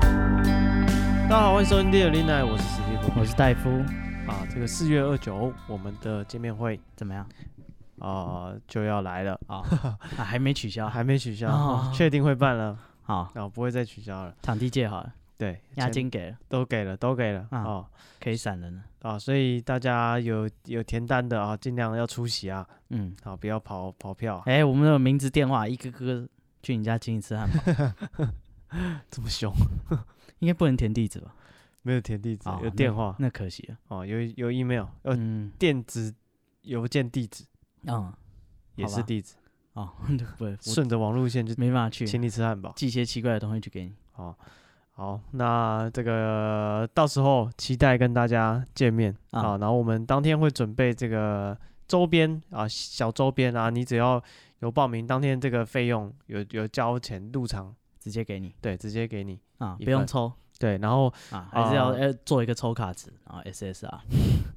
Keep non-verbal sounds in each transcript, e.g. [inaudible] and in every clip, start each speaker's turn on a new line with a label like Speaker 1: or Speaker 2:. Speaker 1: 大家好，欢迎收听《第二 l i n i 我是史蒂夫
Speaker 2: 我是戴夫，
Speaker 1: 啊。这个四月二九，我们的见面会
Speaker 2: 怎么样？
Speaker 1: 啊、就要来了啊，
Speaker 2: 啊，还没取消，
Speaker 1: 还没取消，
Speaker 2: 哦
Speaker 1: 确定会办了
Speaker 2: 好，
Speaker 1: 啊，不会再取消了。
Speaker 2: 场地借好了，
Speaker 1: 对，
Speaker 2: 押
Speaker 1: 钱
Speaker 2: 金给了，
Speaker 1: 都给了，都给了
Speaker 2: 啊
Speaker 1: 啊
Speaker 2: 可以闪人了。
Speaker 1: 啊，所以大家有有填单的啊，尽量要出席啊，
Speaker 2: 嗯，
Speaker 1: 啊，不要跑跑票，啊
Speaker 2: 哎、我们的名字电话一个个去你家请你吃汉堡，
Speaker 1: [laughs] 这么凶，
Speaker 2: 应该不能填地址吧？
Speaker 1: 没有填地址，
Speaker 2: 哦
Speaker 1: 啊有电话
Speaker 2: 那可惜了。
Speaker 1: 哦，有有 email，呃，
Speaker 2: 嗯，
Speaker 1: 电子邮件地址
Speaker 2: 嗯，
Speaker 1: 也
Speaker 2: 好
Speaker 1: 是
Speaker 2: 吧
Speaker 1: 地址，
Speaker 2: 哦， [laughs] 不，我
Speaker 1: 顺着网路线就
Speaker 2: 没办法去，
Speaker 1: 请你吃汉堡。
Speaker 2: 寄一些奇怪的东西去给你。
Speaker 1: 哦，好，那这个到时候期待跟大家见面啊
Speaker 2: 啊
Speaker 1: 然后我们当天会准备这个周边啊，小周边啊，你只要有报名，当天这个费用有有交钱入场，
Speaker 2: 直接给你
Speaker 1: 对，直接给你。
Speaker 2: 啊，
Speaker 1: 一
Speaker 2: 不用
Speaker 1: 份
Speaker 2: 抽
Speaker 1: 对，然后
Speaker 2: 啊，还是要
Speaker 1: 啊
Speaker 2: 呃做一个抽卡纸，啊然后 SSR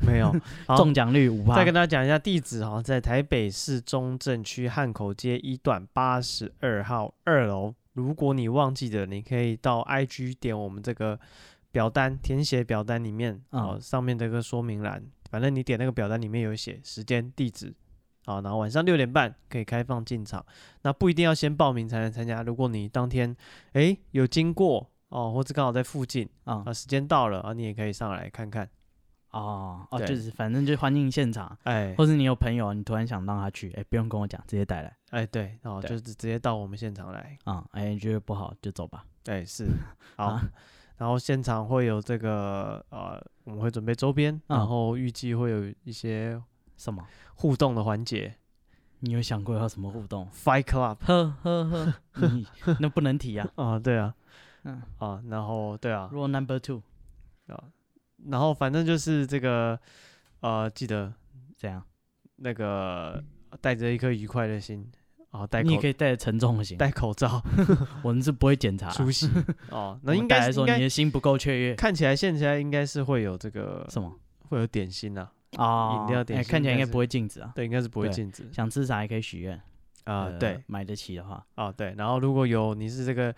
Speaker 1: 没有好
Speaker 2: 中奖率五趴。
Speaker 1: 再跟大家讲一下地址哈，在台北市中正区汉口街一段八十二号二楼。如果你忘记的，你可以到 IG 点我们这个表单填写表单里面啊、
Speaker 2: 嗯
Speaker 1: 上面这个说明栏，反正你点那个表单里面有写时间、地址啊，然后晚上六点半可以开放进场。那不一定要先报名才能参加，如果你当天诶有经过哦，或者刚好在附近
Speaker 2: 啊、
Speaker 1: 啊，时间到了啊，你也可以上来看看。
Speaker 2: 哦
Speaker 1: 呃
Speaker 2: 哦，
Speaker 1: 对
Speaker 2: 就是反正就欢迎现场，
Speaker 1: 哎，
Speaker 2: 或是你有朋友，你突然想让他去，哎、不用跟我讲，直接带来。
Speaker 1: 哎，对，哦，
Speaker 2: 对
Speaker 1: 就是直接到我们现场来，
Speaker 2: 啊、哎、觉得不好就走吧。
Speaker 1: 哎，
Speaker 2: [laughs]
Speaker 1: 是，好
Speaker 2: 啊，
Speaker 1: 然后现场会有这个呃，我们会准备周边，
Speaker 2: 啊
Speaker 1: 然后预计会有一些
Speaker 2: 什么？
Speaker 1: 互动的环节
Speaker 2: 你有想过要什么
Speaker 1: [laughs]
Speaker 2: 互动？
Speaker 1: ，Fight Club
Speaker 2: 呵呵呵， [laughs] 你那不能提啊。
Speaker 1: 啊，对啊，
Speaker 2: 嗯，
Speaker 1: 啊，然后对啊，
Speaker 2: 如果 number two
Speaker 1: 啊，然后反正就是这个呃，记得
Speaker 2: 怎样？
Speaker 1: 那个带着一颗愉快的心啊，戴
Speaker 2: 你
Speaker 1: 口
Speaker 2: 也可以带着沉重的心，
Speaker 1: 戴口罩
Speaker 2: 我们是不会检查啊。
Speaker 1: 出
Speaker 2: [laughs]
Speaker 1: 席哦，
Speaker 2: 我
Speaker 1: 那
Speaker 2: 们
Speaker 1: 应
Speaker 2: 带
Speaker 1: 该
Speaker 2: 来
Speaker 1: 是
Speaker 2: 说
Speaker 1: 应
Speaker 2: 你
Speaker 1: 该
Speaker 2: 的心不够雀跃，
Speaker 1: 看起来现在应该是会有这个
Speaker 2: 什么
Speaker 1: 会有点心啊。
Speaker 2: 啊？
Speaker 1: 饮料
Speaker 2: 哎
Speaker 1: 点心
Speaker 2: 看起来
Speaker 1: 应
Speaker 2: 应
Speaker 1: 该
Speaker 2: 该
Speaker 1: 是
Speaker 2: 不会禁止啊。
Speaker 1: 对，应该是不会
Speaker 2: 对
Speaker 1: 禁止
Speaker 2: 想吃啥也可以许愿
Speaker 1: 啊、
Speaker 2: 呃
Speaker 1: 对
Speaker 2: 买得起的话，
Speaker 1: 啊，对。然后如果有你是这个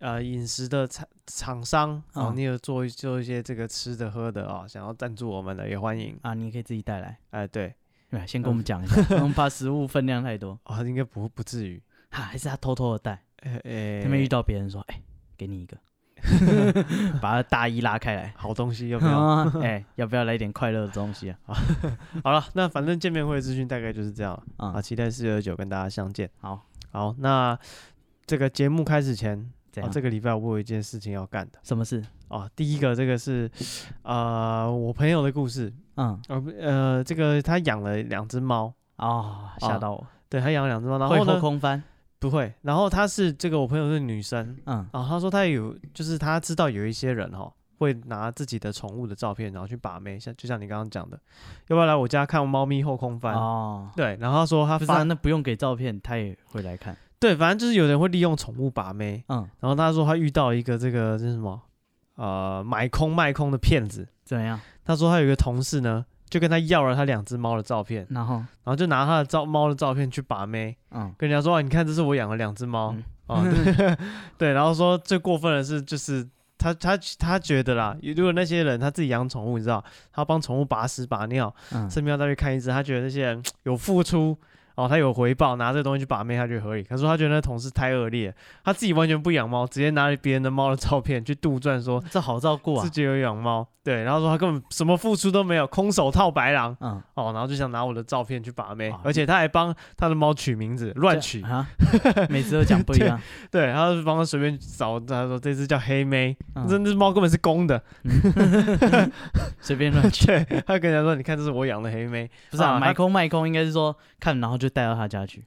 Speaker 1: 呃饮食的厂厂商啊，
Speaker 2: 嗯
Speaker 1: 你有做一做一些这个吃的喝的啊，想要赞助我们的也欢迎。
Speaker 2: 啊，你也可以自己带来。
Speaker 1: 哎、对
Speaker 2: 对，先
Speaker 1: 嗯
Speaker 2: 跟我们讲一
Speaker 1: [laughs]
Speaker 2: 下，我们怕食物分量太多，
Speaker 1: 啊，应该不不至于。
Speaker 2: 哈，还是他偷偷的带，
Speaker 1: 哎、哎，
Speaker 2: 他们遇到别人说，哎，给你
Speaker 1: [laughs]
Speaker 2: 一个，把他大衣拉开来，
Speaker 1: 好东西要不
Speaker 2: [laughs]
Speaker 1: 要？
Speaker 2: 啊哎，要不要来点快乐的东西啊？
Speaker 1: 好了，那反正见面会的资讯大概就是这样了啊，
Speaker 2: 啊，
Speaker 1: 期待四二九跟大家相见。
Speaker 2: 好，
Speaker 1: 好，那这个节目开始前，
Speaker 2: 这
Speaker 1: 啊，
Speaker 2: 样
Speaker 1: 这个礼拜我有一件事情要干的
Speaker 2: 什么事？
Speaker 1: 啊。第一个这个是呃我朋友的故事，
Speaker 2: 嗯，
Speaker 1: 呃不呃，这个他养了两只猫，
Speaker 2: 哦，吓到我，
Speaker 1: 对他养了两只猫，然
Speaker 2: 会
Speaker 1: 后
Speaker 2: 后
Speaker 1: 呢
Speaker 2: 空翻，
Speaker 1: 不会，然后他是这个我朋友是女生，
Speaker 2: 嗯，
Speaker 1: 然后他说他有就是他知道有一些人哈会拿自己的宠物的照片然后去把妹，像就像你刚刚讲的，要不要来我家看猫咪后空翻？
Speaker 2: 哦，
Speaker 1: 对，然后他说他
Speaker 2: 不是啊，
Speaker 1: 发
Speaker 2: 那不用给照片，他也会来看，
Speaker 1: 对，反正就是有人会利用宠物把妹，
Speaker 2: 嗯，
Speaker 1: 然后他说他遇到一个这个这是什么呃买空卖空的骗子，
Speaker 2: 怎么样？
Speaker 1: 他说他有一个同事呢就跟他要了他两只猫的照片，
Speaker 2: 然后，
Speaker 1: 然后就拿他的照猫的照片去把妹，
Speaker 2: 嗯，
Speaker 1: 跟人家说、啊、你看这是我养了两只猫、
Speaker 2: 嗯
Speaker 1: 啊，对 [laughs] 对，然后说最过分的是就是他他他觉得啦，如果那些人他自己养宠物，你知道，他帮宠物把屎把尿，
Speaker 2: 嗯，
Speaker 1: 顺便要再去看一只，他觉得那些人有付出哦，他有回报，拿这个东西去把妹，他觉得合理。可是他觉得那同事太恶劣了，他自己完全不养猫，直接拿别人的猫的照片去杜撰
Speaker 2: [laughs]
Speaker 1: 说
Speaker 2: 这好照顾
Speaker 1: 自
Speaker 2: 啊，
Speaker 1: 己有养猫，对，然后说他根本什么付出都没有，空手套白狼
Speaker 2: 嗯，
Speaker 1: 哦，然后就想拿我的照片去把妹
Speaker 2: 啊，
Speaker 1: 而且他还帮他的猫取名字，乱
Speaker 2: 这
Speaker 1: 取，
Speaker 2: [laughs] 啊，每次都讲不一样，
Speaker 1: 对，他就帮他随便找，他说这只叫黑妹，
Speaker 2: 嗯
Speaker 1: 这只猫根本是公的， [laughs]
Speaker 2: 随便乱 [laughs] 去。
Speaker 1: 对，他跟人家说，你看这是我养的黑妹， [laughs]
Speaker 2: 不是啊，
Speaker 1: 啊
Speaker 2: 买空卖空应该是说看，然后就带到他家去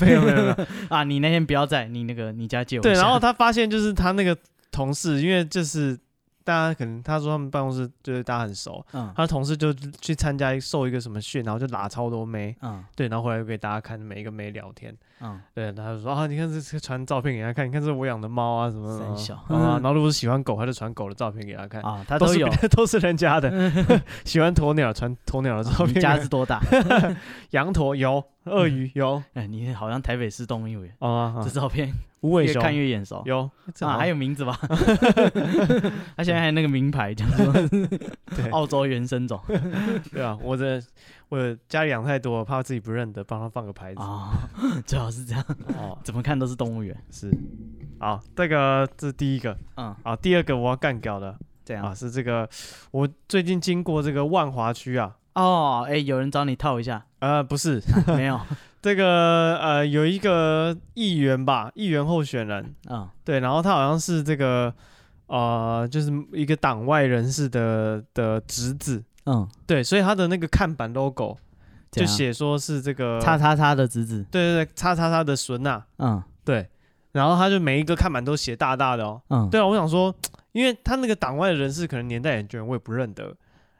Speaker 1: 没有没有没有，
Speaker 2: 啊。你那天不要在，你那个你家借我一
Speaker 1: 对，
Speaker 2: 下
Speaker 1: 然后他发现就是他那个同事，因为就是大家可能他说他们办公室就是大家很熟，
Speaker 2: 嗯
Speaker 1: 他的同事就去参加受一个什么训，然后就拉超多妹，
Speaker 2: 嗯
Speaker 1: 对，然后回来又给大家看每一个妹聊天，
Speaker 2: 嗯，
Speaker 1: 对，然后他就说啊，你看这这传照片给他看，你看这是我养的猫啊什么的
Speaker 2: 三
Speaker 1: 啊
Speaker 2: 小
Speaker 1: 啊，然后如果是喜欢狗，他就传狗的照片给他看。
Speaker 2: 啊，他
Speaker 1: 都
Speaker 2: 都
Speaker 1: 是 [laughs]
Speaker 2: 有。
Speaker 1: 别都是人家
Speaker 2: [laughs]
Speaker 1: 的，喜欢鸵鸟传鸵鸟的照
Speaker 2: 你
Speaker 1: 片给他
Speaker 2: 家
Speaker 1: 看，
Speaker 2: 是多大？
Speaker 1: [laughs]
Speaker 2: [laughs]
Speaker 1: 羊驼有，鳄鱼有，
Speaker 2: 哎，你好像台北市动物园，
Speaker 1: 哦啊，啊
Speaker 2: 这照片
Speaker 1: 无尾
Speaker 2: 越
Speaker 1: 熊
Speaker 2: 看越眼熟。
Speaker 1: 有，哦这好
Speaker 2: 啊，
Speaker 1: 像
Speaker 2: 还有名
Speaker 1: [laughs]
Speaker 2: 字吧？他现在还有那个名牌，叫做
Speaker 1: 对
Speaker 2: 澳洲原生种
Speaker 1: 对啊，我的我的家里养太多，怕自己不认得，帮他放个牌子。
Speaker 2: 啊， [laughs] 最好是这样，
Speaker 1: 哦，
Speaker 2: 怎么看都是动物园。
Speaker 1: 是，好，这个这是第一个
Speaker 2: 嗯，
Speaker 1: 啊，第二个我要干掉的
Speaker 2: 这
Speaker 1: 啊
Speaker 2: 样
Speaker 1: 是这个，我最近经过这个万华区啊，
Speaker 2: 哦，哎，有人找你套
Speaker 1: [laughs]
Speaker 2: 一下
Speaker 1: 呃，不是
Speaker 2: 没有？
Speaker 1: 这个呃，有一个议员吧，议员候选人，
Speaker 2: 嗯
Speaker 1: 对，然后他好像是这个呃，就是一个党外人士的的侄子，
Speaker 2: 嗯，
Speaker 1: 对，所以他的那个看板 logo
Speaker 2: 这
Speaker 1: 就
Speaker 2: 样
Speaker 1: 写说是这个
Speaker 2: 叉叉叉的侄子，
Speaker 1: 对对对，叉叉叉的孙呐、
Speaker 2: 嗯
Speaker 1: 对，然后他就每一个看板都写大大的哦。
Speaker 2: 嗯，
Speaker 1: 对啊，我想说，因为他那个党外的人士可能年代很久远，我也不认得。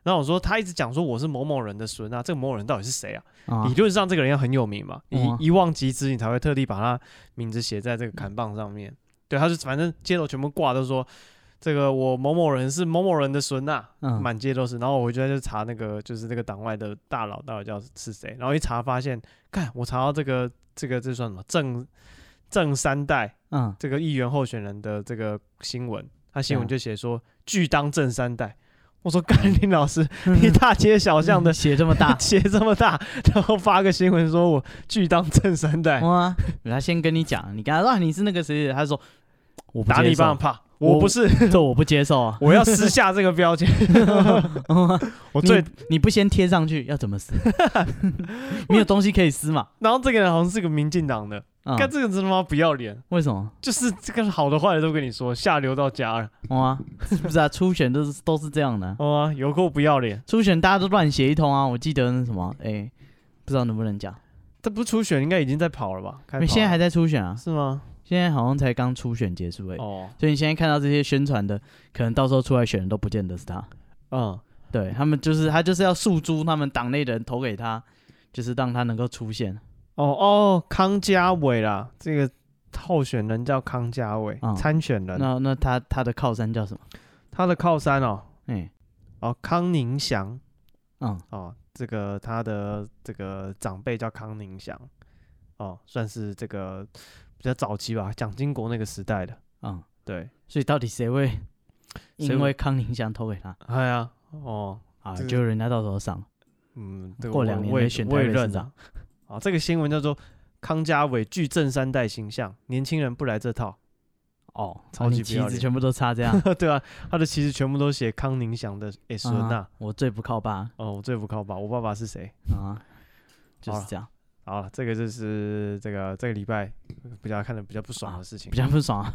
Speaker 1: 然后我说他一直讲说我是某某人的孙啊，这个某某人到底是谁啊？
Speaker 2: 啊
Speaker 1: 理论上这个人要很有名嘛，一
Speaker 2: 嗯啊
Speaker 1: 一望即知，你才会特地把他名字写在这个砍棒上面。对，他就反正街头全部挂都说这个我某某人是某某人的孙啊，
Speaker 2: 嗯
Speaker 1: 满街都是。然后我回去就查那个，就是这个党外的大佬到底叫是谁。然后一查发现，看我查到这个这个这算什么正正三代
Speaker 2: 嗯，
Speaker 1: 这个议员候选人的这个新闻，他新闻
Speaker 2: 嗯
Speaker 1: 就写说拒当正三代。我说甘霖老
Speaker 2: [laughs]
Speaker 1: 师，你大街小巷的，
Speaker 2: 写这么
Speaker 1: [laughs]
Speaker 2: 大
Speaker 1: 写这么大，然后发个新闻说我拒当正三代，
Speaker 2: 哇，他先跟你讲，你跟他说啊你是那个谁谁，他说我不
Speaker 1: 打你
Speaker 2: 接受
Speaker 1: 棒，怕。我
Speaker 2: 我
Speaker 1: 不是，。
Speaker 2: [laughs] 这我不接受啊
Speaker 1: [laughs] 我要撕下这个标签。我
Speaker 2: 你
Speaker 1: 哦最，
Speaker 2: 你不先贴上去，要怎么撕？ [laughs] 没有东西可以撕嘛？
Speaker 1: 然后这个人好像是个民进党的，
Speaker 2: 嗯
Speaker 1: 看、这个人真他妈不要脸。
Speaker 2: 为什么？
Speaker 1: 就是这个好的坏的都跟你说，下流到家了，
Speaker 2: 哇，是不是哦啊？初选都是都是这样的啊、
Speaker 1: 好、吗？有够不要脸！
Speaker 2: 初选大家都乱写一通啊！我记得那什么，哎、不知道能不能讲，
Speaker 1: 这不初选应该已经在跑了吧？开跑
Speaker 2: 因为
Speaker 1: 了
Speaker 2: 现在还在初选啊，
Speaker 1: 是吗？
Speaker 2: 现在好像才刚初选结束哎、
Speaker 1: 哦，
Speaker 2: 所以你现在看到这些宣传的，可能到时候出来选的都不见得是他，
Speaker 1: 嗯，
Speaker 2: 对他们就是他就是要诉诸他们党内的人投给他，就是让他能够出现
Speaker 1: 哦哦，康家伟啦，这个候选人叫康家伟，
Speaker 2: 嗯
Speaker 1: 参选人，
Speaker 2: 那那他他的靠山叫什么？
Speaker 1: 他的靠山哦，
Speaker 2: 哎、
Speaker 1: 哦，康宁祥
Speaker 2: 嗯，
Speaker 1: 哦，这个他的这个长辈叫康宁祥，哦，算是这个比较早期吧，蒋经国那个时代的，
Speaker 2: 嗯，
Speaker 1: 对，
Speaker 2: 所以到底谁会
Speaker 1: 谁
Speaker 2: 因
Speaker 1: 会
Speaker 2: 为康宁祥投给他
Speaker 1: 哎呀，哦，
Speaker 2: 啊？
Speaker 1: 这个
Speaker 2: 就人家到时候上，
Speaker 1: 嗯，这个
Speaker 2: 过
Speaker 1: 我
Speaker 2: 两年
Speaker 1: 我
Speaker 2: 再
Speaker 1: 也
Speaker 2: 选
Speaker 1: 我
Speaker 2: 台
Speaker 1: 也
Speaker 2: 北市
Speaker 1: 认啊
Speaker 2: 长。
Speaker 1: 啊，这个新闻叫做康家伟拒正三代形象，年轻人不来这套。
Speaker 2: 哦，
Speaker 1: 超级
Speaker 2: 你
Speaker 1: 不要
Speaker 2: 旗子
Speaker 1: 脸
Speaker 2: 全部都
Speaker 1: [laughs]
Speaker 2: 插这样，
Speaker 1: 对啊，他的旗子全部都写康宁祥的诶孙
Speaker 2: 啊
Speaker 1: 呐。
Speaker 2: 我最不靠爸
Speaker 1: 哦，我最不靠爸，我爸爸是谁？ [laughs]
Speaker 2: 啊，就
Speaker 1: 好
Speaker 2: 是
Speaker 1: 了
Speaker 2: 这样，
Speaker 1: 好了，这个就是这个这个礼拜比较看的比较不爽的事情。
Speaker 2: 比较不
Speaker 1: [laughs]
Speaker 2: 爽啊。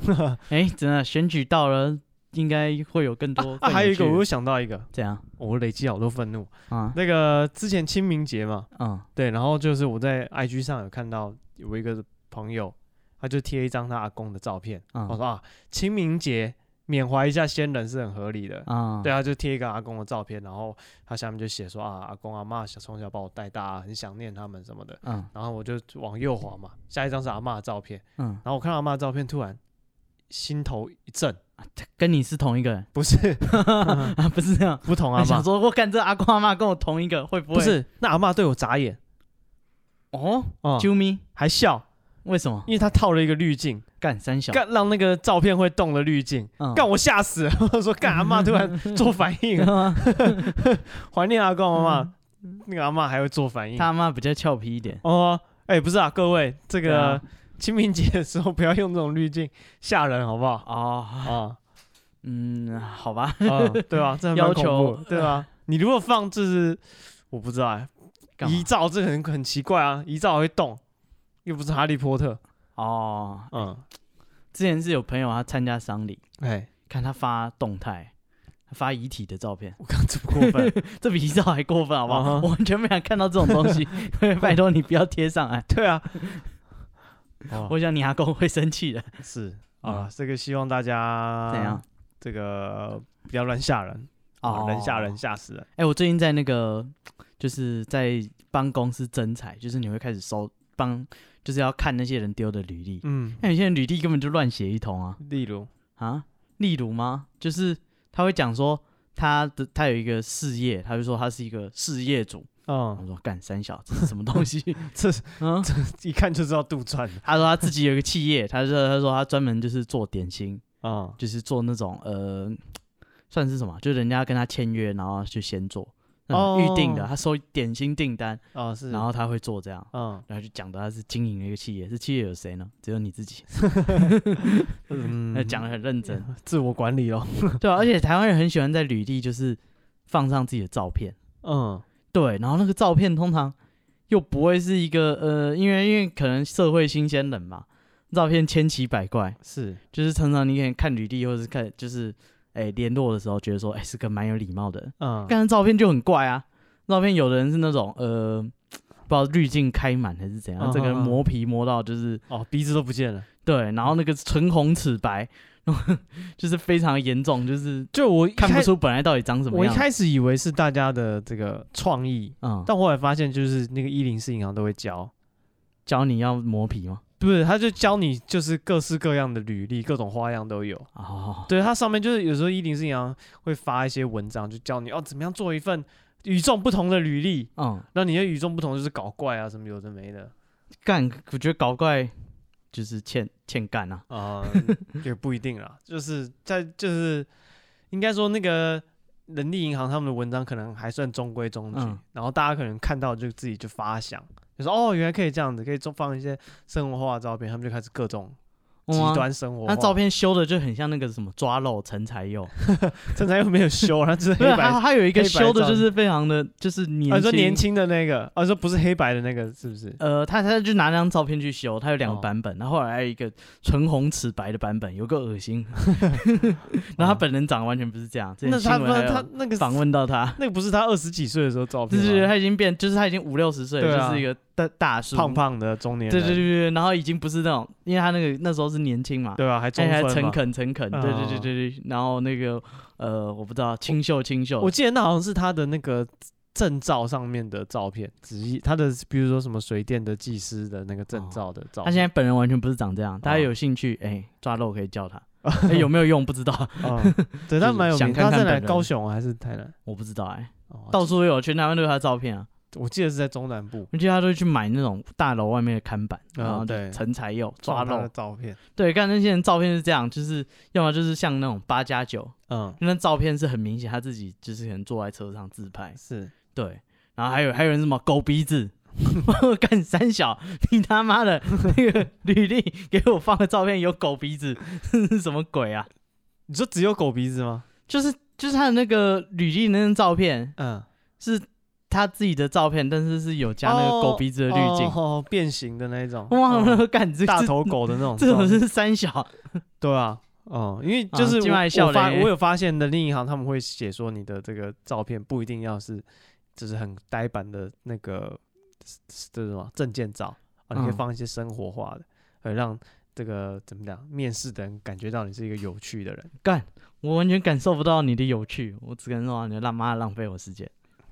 Speaker 2: 哎，真的选举到了，应该会有更多。
Speaker 1: 啊，[laughs]
Speaker 2: 更
Speaker 1: 还有一
Speaker 2: 趣
Speaker 1: 个，我又想到一个，
Speaker 2: 这样
Speaker 1: 我累积好多愤怒。
Speaker 2: 啊，
Speaker 1: 那个之前清明节嘛，
Speaker 2: 嗯
Speaker 1: 对，然后就是我在 IG 上有看到有一个朋友，他就贴一张他阿公的照片，我
Speaker 2: 嗯
Speaker 1: 说啊，清明节缅怀一下先人是很合理的。
Speaker 2: 啊，
Speaker 1: 对，他就贴一个阿公的照片，然后他下面就写说啊，阿公阿妈小从小把我带大，啊很想念他们什么的。
Speaker 2: 嗯
Speaker 1: 然后我就往右滑嘛，下一张是阿妈的照片，
Speaker 2: 嗯，
Speaker 1: 然后我看到阿妈的照片，突然心头一震，
Speaker 2: 跟你是同一个人 [laughs]
Speaker 1: 不是 [laughs]
Speaker 2: 啊，不是这样。
Speaker 1: 不同阿
Speaker 2: 我想
Speaker 1: 妈，
Speaker 2: 说，我干这阿公阿妈跟我同一个，会不会
Speaker 1: 不是那阿妈对我眨眼
Speaker 2: 哦？
Speaker 1: 哦、
Speaker 2: 啾咪，
Speaker 1: 还笑，
Speaker 2: 为什么
Speaker 1: 因为她套了一个滤镜，
Speaker 2: 干三小？
Speaker 1: 干让那个照片会动的滤镜，
Speaker 2: 嗯
Speaker 1: 干 [laughs] 我吓死了，我说干阿妈突然做反应，怀念阿公阿妈。
Speaker 2: 嗯
Speaker 1: 那个阿嬷还会做反应。
Speaker 2: [laughs] 他妈比较俏皮
Speaker 1: [laughs]
Speaker 2: 一点，
Speaker 1: 哦，哎、不是啊，各位，这
Speaker 2: 对
Speaker 1: 个
Speaker 2: 啊
Speaker 1: 清明节的时候不要用这种滤镜，吓人好不
Speaker 2: [laughs]
Speaker 1: 好？
Speaker 2: 哦，
Speaker 1: 啊
Speaker 2: 嗯，好吧，
Speaker 1: 啊，对
Speaker 2: [laughs]
Speaker 1: 吧？这还蛮
Speaker 2: 要
Speaker 1: 恐
Speaker 2: 求
Speaker 1: 怖的对吧？你如果放就是我不知道哎、
Speaker 2: 干嘛
Speaker 1: 遗照这个很很奇怪啊，遗照还会动，又不是哈利波特，
Speaker 2: 哦，
Speaker 1: 嗯，
Speaker 2: 之前是有朋友他参加丧礼，
Speaker 1: 哎、
Speaker 2: 看他发动态，他发遗体的照片，
Speaker 1: 我刚这么过分，
Speaker 2: 这比遗照还过分好不好
Speaker 1: 啊哈
Speaker 2: 我完全不想看到这种
Speaker 1: [laughs]
Speaker 2: 东西，拜托你不要贴上来，
Speaker 1: 对啊，哦、
Speaker 2: 我想你阿公会生气的。
Speaker 1: 是啊，这个希望大家
Speaker 2: 怎样？哦
Speaker 1: 这个不要乱吓人啊，人吓人吓死人
Speaker 2: 哎、我最近在那个就是在帮公司征才，就是你会开始收帮，就是要看那些人丢的履历。
Speaker 1: 嗯，
Speaker 2: 那有些人履历根本就乱写一通啊
Speaker 1: 例如，
Speaker 2: 啊！例如吗？就是他会讲说他的他有一个事业，他就说他是一个事业主。
Speaker 1: 嗯
Speaker 2: 我，说干三小这是什么东西？ [laughs]
Speaker 1: 这
Speaker 2: 嗯，
Speaker 1: 一看就知道杜撰的，
Speaker 2: 他说他自己有一个企业，他说他说他专门就是做点心，
Speaker 1: 嗯
Speaker 2: 就是做那种呃，算是什么？就人家跟他签约，然后就先做那种预定的，
Speaker 1: 哦
Speaker 2: 他收点心订单，
Speaker 1: 哦是，
Speaker 2: 然后他会做这样，
Speaker 1: 嗯
Speaker 2: 然后就讲的他是经营了一个企业，这企业有谁呢？只有你
Speaker 1: [laughs]
Speaker 2: 自己，他
Speaker 1: 嗯
Speaker 2: 讲的很认真，
Speaker 1: 自我管理咯，
Speaker 2: 对、啊，而且台湾人很喜欢在履历就是放上自己的照片，
Speaker 1: 嗯
Speaker 2: 对，然后那个照片通常又不会是一个呃，因为因为可能社会新鲜人嘛，照片千奇百怪，
Speaker 1: 是，
Speaker 2: 就是常常你可能看履历或者是看就是哎、联络的时候，觉得说哎、是个蛮有礼貌的人，
Speaker 1: 嗯
Speaker 2: 但是照片就很怪啊，照片有的人是那种呃不知道滤镜开满还是怎样，
Speaker 1: 嗯
Speaker 2: 整个人
Speaker 1: 嗯嗯
Speaker 2: 磨皮磨到就是
Speaker 1: 哦鼻子都不见了，
Speaker 2: 对，然后那个唇红齿白， [laughs] 就是非常严重，就是
Speaker 1: 就我一
Speaker 2: 看不
Speaker 1: 开
Speaker 2: 出本来到底长什么
Speaker 1: 我一
Speaker 2: 样。
Speaker 1: 开始以为是大家的这个创意，
Speaker 2: 嗯，
Speaker 1: 但后来发现就是那个一零四银行都会教。
Speaker 2: 教你要磨皮吗？
Speaker 1: 不是，他就教你就是各式各样的履历，各种花样都有。
Speaker 2: 哦，
Speaker 1: 对，它上面就是有时候一零四银行会发一些文章，就教你哦怎么样做一份与众不同的履历。
Speaker 2: 嗯，
Speaker 1: 那你的与众不同就是搞怪啊，什么有的没的
Speaker 2: 干，我觉得搞怪就是欠欠干啊。
Speaker 1: 啊，也不一定啦。就是在就是应该说那个人力银行他们的文章可能还算中规中矩，
Speaker 2: 嗯
Speaker 1: 然后大家可能看到就自己就发想，就说哦原来可以这样子，可以做放一些生活化的照片，他们就开始各种极
Speaker 2: 哇
Speaker 1: 端生活化。
Speaker 2: 那照片修的就很像那个什么抓漏成才佑，
Speaker 1: 正常又没有 [laughs] 修，然后就是 [laughs]
Speaker 2: 不
Speaker 1: 黑
Speaker 2: 是
Speaker 1: 白
Speaker 2: 他。他有一个
Speaker 1: 黑白
Speaker 2: 修的
Speaker 1: 照
Speaker 2: 就是非常的就是啊年
Speaker 1: 啊，
Speaker 2: 轻，
Speaker 1: 你说年轻的那个，啊，你说不是黑白的那个，是不是？
Speaker 2: 呃，他他就拿那张照片去修，他有两个
Speaker 1: 哦
Speaker 2: 版本，然后后来还有一个唇红齿白的版本，有个
Speaker 1: [laughs]
Speaker 2: 恶心。然后他本人长得完全不是这样，之
Speaker 1: 哦
Speaker 2: 前
Speaker 1: 那
Speaker 2: 新
Speaker 1: 他
Speaker 2: 闻
Speaker 1: 不
Speaker 2: 还有
Speaker 1: 他那个
Speaker 2: 访问到他， [laughs]
Speaker 1: 那个不是他二十几岁的时候照
Speaker 2: 就
Speaker 1: 片吗，
Speaker 2: 是他已经变，就是他已经五六十岁了，
Speaker 1: 对啊
Speaker 2: 就是一个大大叔，
Speaker 1: 胖，胖的中年
Speaker 2: 对
Speaker 1: 人，
Speaker 2: 对对对，然后已经不是那种，因为他那个那时候是年轻嘛，
Speaker 1: 对哎吧？还中
Speaker 2: 现在
Speaker 1: 分嘛
Speaker 2: 哎诚。恳诚恳，对对对
Speaker 1: 嗯
Speaker 2: 对对，然后那个呃，我不知道清秀清秀，
Speaker 1: 我记得那好像是他的那个证照上面的照片，职业他的比如说什么水电的技师的那个证照的照片。
Speaker 2: 他现在本人完全不是长这样，大家
Speaker 1: 哦
Speaker 2: 有兴趣哎、抓漏可以
Speaker 1: [laughs]
Speaker 2: 叫他，哎有没有用不知道，
Speaker 1: 嗯， [laughs] 对他
Speaker 2: 就是
Speaker 1: 蛮有
Speaker 2: 想
Speaker 1: 名，
Speaker 2: 看
Speaker 1: 他
Speaker 2: 看
Speaker 1: 是
Speaker 2: 本
Speaker 1: 来
Speaker 2: 人
Speaker 1: 高雄啊还是台南？
Speaker 2: 我不知道哎、
Speaker 1: 哦
Speaker 2: 到处都有，全台湾都有他的照片啊。
Speaker 1: 我记得是在中南部
Speaker 2: 我记得他都会去买那种大楼外面的看板，
Speaker 1: 啊
Speaker 2: 然后就
Speaker 1: 对
Speaker 2: 成才有抓
Speaker 1: 放他
Speaker 2: 漏
Speaker 1: 的，照片。
Speaker 2: 对，看那些人照片是这样，就是要么就是像那种八加九，
Speaker 1: 嗯，
Speaker 2: 那照片是很明显他自己就是可能坐在车上自拍，
Speaker 1: [laughs] 是
Speaker 2: 对，然后还有还有人什么狗鼻子， [laughs] 我干三小，你他妈的
Speaker 1: [laughs]
Speaker 2: 那个履历给我放的照片有狗鼻子，这是什么鬼啊？
Speaker 1: 你说只有狗鼻子吗？
Speaker 2: 就是就是他的那个履历那张照片
Speaker 1: 嗯，
Speaker 2: 是他自己的照片，但是是有加那个狗鼻子的滤镜
Speaker 1: 哦，哦变形的那一种，
Speaker 2: 哇，那
Speaker 1: 嗯
Speaker 2: 个干这
Speaker 1: 大
Speaker 2: 这
Speaker 1: 头狗的那种照
Speaker 2: 这
Speaker 1: 片。
Speaker 2: 种是三小，
Speaker 1: 对啊，哦、因为
Speaker 2: 啊
Speaker 1: 就是
Speaker 2: 境
Speaker 1: 我,、
Speaker 2: 外校
Speaker 1: 我发
Speaker 2: 嘞
Speaker 1: 我有发现人力银行他们会写说你的这个照片不一定要是就是很呆板的那个这是什么证件照啊，你可以
Speaker 2: 嗯
Speaker 1: 放一些生活化的，呃、让这个怎么讲面试的人感觉到你是一个有趣的人。
Speaker 2: 我完全感受不到你的有趣，我只感受到你的浪妈浪费我时间。